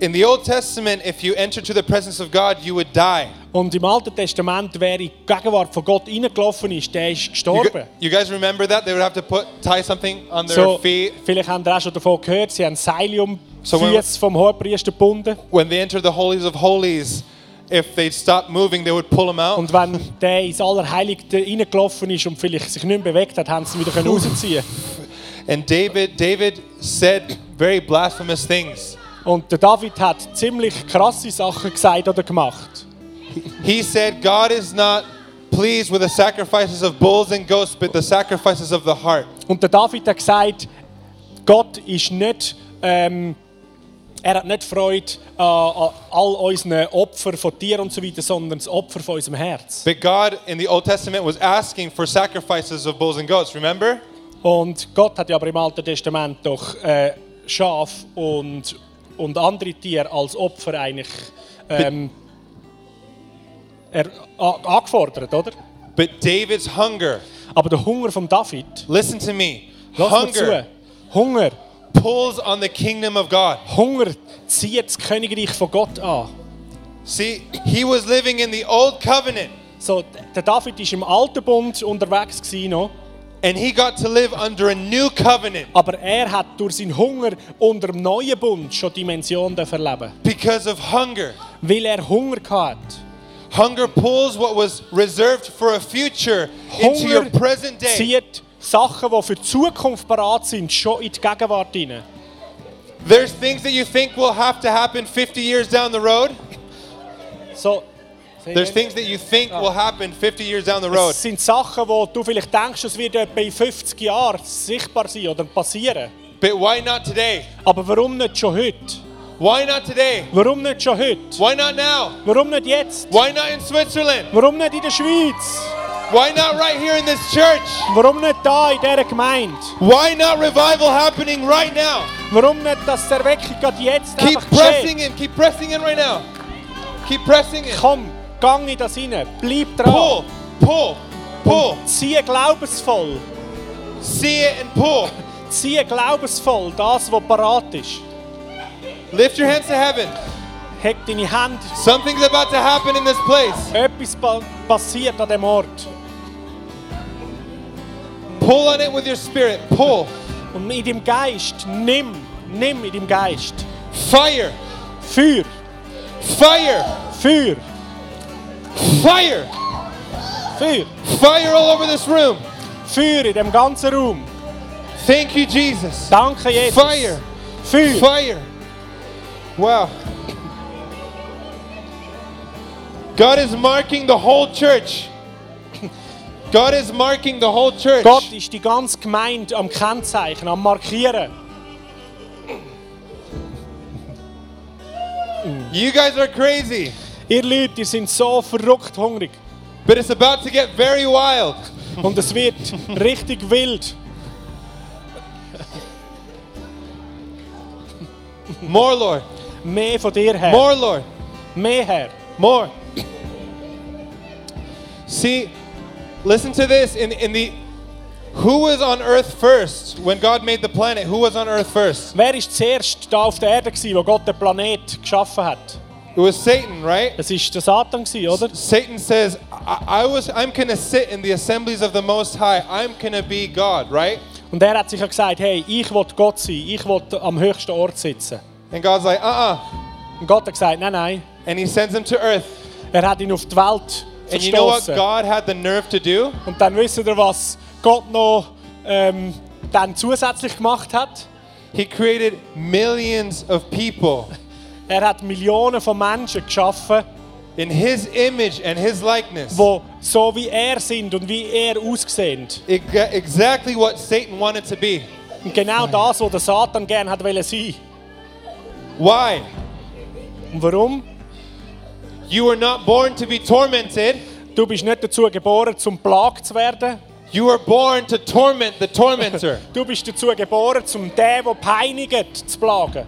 Speaker 3: In the Old Testament, if you enter to the presence of God, you would die.
Speaker 1: Und im Alten Testament, wer in die Gegenwart von Gott reingelaufen ist, der ist
Speaker 3: You,
Speaker 1: gestorben.
Speaker 3: gu- you guys remember that? They would have to put tie something on their
Speaker 1: So,
Speaker 3: feet
Speaker 1: vielleicht habt ihr auch schon davon gehört, sie haben Seil um
Speaker 3: So
Speaker 1: die
Speaker 3: when-
Speaker 1: Füße vom Hohepriester gebunden.
Speaker 3: when they entered the holies of holies. If they stopped moving, they would pull them out.
Speaker 1: Und wenn der ins Allerheiligste reingelaufen ist und vielleicht sich nicht mehr bewegt hat, haben sie ihn wieder rausziehen
Speaker 3: And David, David said very blasphemous things.
Speaker 1: Und der David hat ziemlich krasse Sachen gesagt oder gemacht.
Speaker 3: He said, "God is not pleased with the sacrifices of bulls and goats, but the sacrifices of the heart."
Speaker 1: Und der David hat gesagt, Gott ist nicht, ähm, er hat nicht Freude an, an all unseren Opfern von Tieren und so weiter, sondern das Opfer von unserem Herz.
Speaker 3: But God in the Old Testament was asking for sacrifices of bulls and goats. Remember?
Speaker 1: Und Gott hat ja aber im Alten Testament doch äh, Schaf und, und andere Tiere als Opfer eigentlich ähm, er, a, angefordert, oder?
Speaker 3: But David's hunger.
Speaker 1: Aber der Hunger von David,
Speaker 3: Listen to me.
Speaker 1: lass mir
Speaker 3: hunger
Speaker 1: zu, Hunger,
Speaker 3: pulls on the kingdom of God.
Speaker 1: Hunger zieht das Königreich von Gott an.
Speaker 3: See, he was living in the old covenant
Speaker 1: So, der David war im Alten Bund unterwegs, gewesen noch,
Speaker 3: and he got to live under a new covenant
Speaker 1: aber er hat durch seinen Hunger unter dem neuen Bund schon Dimensionen erleben
Speaker 3: because of hunger.
Speaker 1: Weil er Hunger hatte.
Speaker 3: Hunger pulls what was reserved for a future into your
Speaker 1: Hunger
Speaker 3: present day.
Speaker 1: zieht Sachen, die für die Zukunft parat sind, schon in die Gegenwart hinein.
Speaker 3: There's things that you think will have to happen 50 years down the road.
Speaker 1: So, say
Speaker 3: There's
Speaker 1: again.
Speaker 3: things that you think will happen 50 years down the road.
Speaker 1: Es sind Sachen, wo du vielleicht denkst, es wird etwa in 50 Jahren sichtbar sein oder passieren.
Speaker 3: But why not today?
Speaker 1: Aber warum nicht schon heute?
Speaker 3: Why not today?
Speaker 1: Warum nicht schon heute?
Speaker 3: Why not now?
Speaker 1: Warum nicht jetzt?
Speaker 3: Why not in Switzerland?
Speaker 1: Warum nicht in der Schweiz?
Speaker 3: Why not right here in this church?
Speaker 1: Warum nicht da in dieser Gemeinde?
Speaker 3: Why not revival happening right now?
Speaker 1: Warum nicht, dass die Erweckung gerade jetzt
Speaker 3: Keep
Speaker 1: einfach
Speaker 3: pressing
Speaker 1: geschieht?
Speaker 3: in, keep pressing in right now. Keep pressing in.
Speaker 1: Komm, gang in das hinein. Bleib dran.
Speaker 3: Pull, pull, pull.
Speaker 1: Zieh glaubensvoll.
Speaker 3: See it and pull.
Speaker 1: Zieh glaubensvoll das, was parat ist.
Speaker 3: Lift your hands to heaven.
Speaker 1: Heb deine Hände.
Speaker 3: Something's about to happen in this place.
Speaker 1: Etwas pa passiert an dem Ort.
Speaker 3: Pull on it with your spirit. Pull.
Speaker 1: Und in deinem Geist, nimm, nimm in deinem Geist.
Speaker 3: Fire,
Speaker 1: Feuer,
Speaker 3: fire,
Speaker 1: Feuer,
Speaker 3: fire,
Speaker 1: Feuer,
Speaker 3: fire all over this room.
Speaker 1: Feuer in dem ganzen Raum.
Speaker 3: Thank you, Jesus.
Speaker 1: Danke, Jesus.
Speaker 3: Fire.
Speaker 1: Feuer.
Speaker 3: Fire. Wow. God is marking the whole church. God is marking the whole church.
Speaker 1: Gott ist die ganze Gemeinde am Kennzeichen, am Markieren.
Speaker 3: You guys are crazy,
Speaker 1: Ihr Leute, ihr seid so verrückt hungrig.
Speaker 3: but it's about to get very wild.
Speaker 1: Und es wird richtig wild.
Speaker 3: More, Lord.
Speaker 1: Mehr von dir her.
Speaker 3: More, Lord.
Speaker 1: Mehr her.
Speaker 3: More. See, listen to this. In, in the who was on earth first when God made the planet? Who was on earth first?
Speaker 1: Wer war zuerst da auf der Erde, gewesen, wo Gott den Planet geschaffen hat?
Speaker 3: It was Satan, right?
Speaker 1: Es war der Satan, gewesen, oder?
Speaker 3: Satan says, I, I was, I'm gonna sit in the assemblies of the Most High. I'm gonna be God, right?
Speaker 1: Und er hat sich ja gesagt, hey, ich will Gott sein, ich will am höchsten Ort sitzen.
Speaker 3: And God's like, uh-uh.
Speaker 1: Und Gott hat gesagt, nein, nein.
Speaker 3: And He sends him to earth.
Speaker 1: Er hat ihn auf die Welt
Speaker 3: And you know what
Speaker 1: verstoßen.
Speaker 3: God had the nerve to do?
Speaker 1: Und dann wisst ihr, was Gott noch ähm, dann zusätzlich gemacht hat.
Speaker 3: He created millions of people
Speaker 1: Er hat Millionen von Menschen geschaffen,
Speaker 3: in His image and His likeness.
Speaker 1: die so wie er sind und wie er aussehen.
Speaker 3: Ex- Exactly what Satan wanted to be.
Speaker 1: Und genau das, was der Satan gerne hat wollen sein.
Speaker 3: Why?
Speaker 1: Und warum?
Speaker 3: You were not born to be tormented.
Speaker 1: Du bist nicht dazu geboren, zum plagt zu werden.
Speaker 3: You were born to torment the tormentor.
Speaker 1: Du bist dazu geboren, zum den, der peinigt, zu plagen.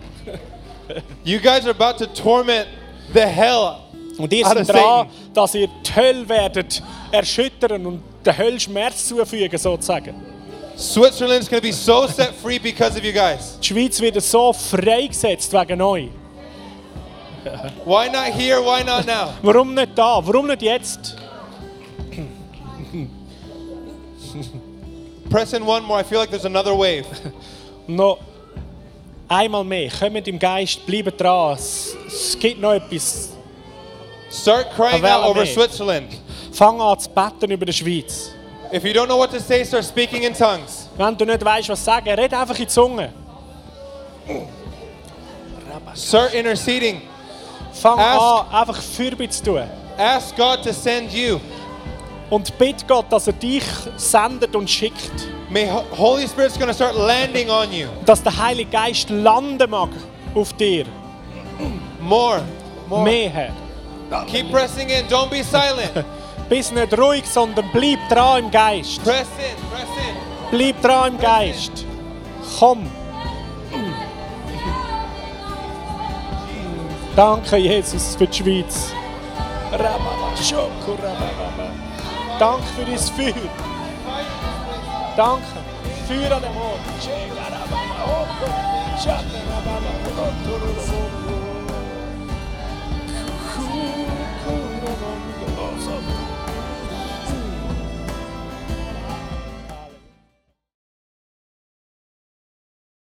Speaker 3: you guys are about to torment the hell.
Speaker 1: Und ihr
Speaker 3: Out
Speaker 1: seid
Speaker 3: of
Speaker 1: dran, dass ihr die Hölle werdet erschüttern und der Hölle Schmerz zufügen, sozusagen.
Speaker 3: Switzerland's gonna be so set free because of you guys.
Speaker 1: Die Schweiz wird so freigesetzt wegen euch.
Speaker 3: Why not here? Why not now?
Speaker 1: Warum nicht da? Warum nicht jetzt?
Speaker 3: Press in one more. I feel like there's another wave.
Speaker 1: Noch einmal mehr. Kommt im Geist, bleibt dran. Es, es gibt noch etwas.
Speaker 3: Start crying out
Speaker 1: Avella
Speaker 3: over
Speaker 1: me.
Speaker 3: Switzerland.
Speaker 1: Fang an zu beten über die Schweiz.
Speaker 3: If you don't know what to say, start speaking in tongues.
Speaker 1: Wenn du nicht weißt, was sagen, red einfach in die Zunge.
Speaker 3: Start interceding.
Speaker 1: Fang
Speaker 3: Ask-
Speaker 1: an, einfach Fürbitte zu tun.
Speaker 3: Ask God to send you.
Speaker 1: Und bitte Gott, dass er dich sendet und schickt.
Speaker 3: May Ho- Holy Spirit's gonna start landing on you.
Speaker 1: Dass der Heilige Geist landen mag auf dir.
Speaker 3: More. More.
Speaker 1: Mehr. Herr.
Speaker 3: Keep pressing in. Don't be silent.
Speaker 1: Bist nicht ruhig, sondern bleib dran im Geist.
Speaker 3: press in. Press in.
Speaker 1: Bleib dran im Geist. Komm. Danke, Jesus, für die Schweiz. Rababa, Schoko, rababa. Danke für dein Feuer. Danke. Feuer an dem Ort. Schega, rababa, hoko. Schaka, rababa, hoko, rababa.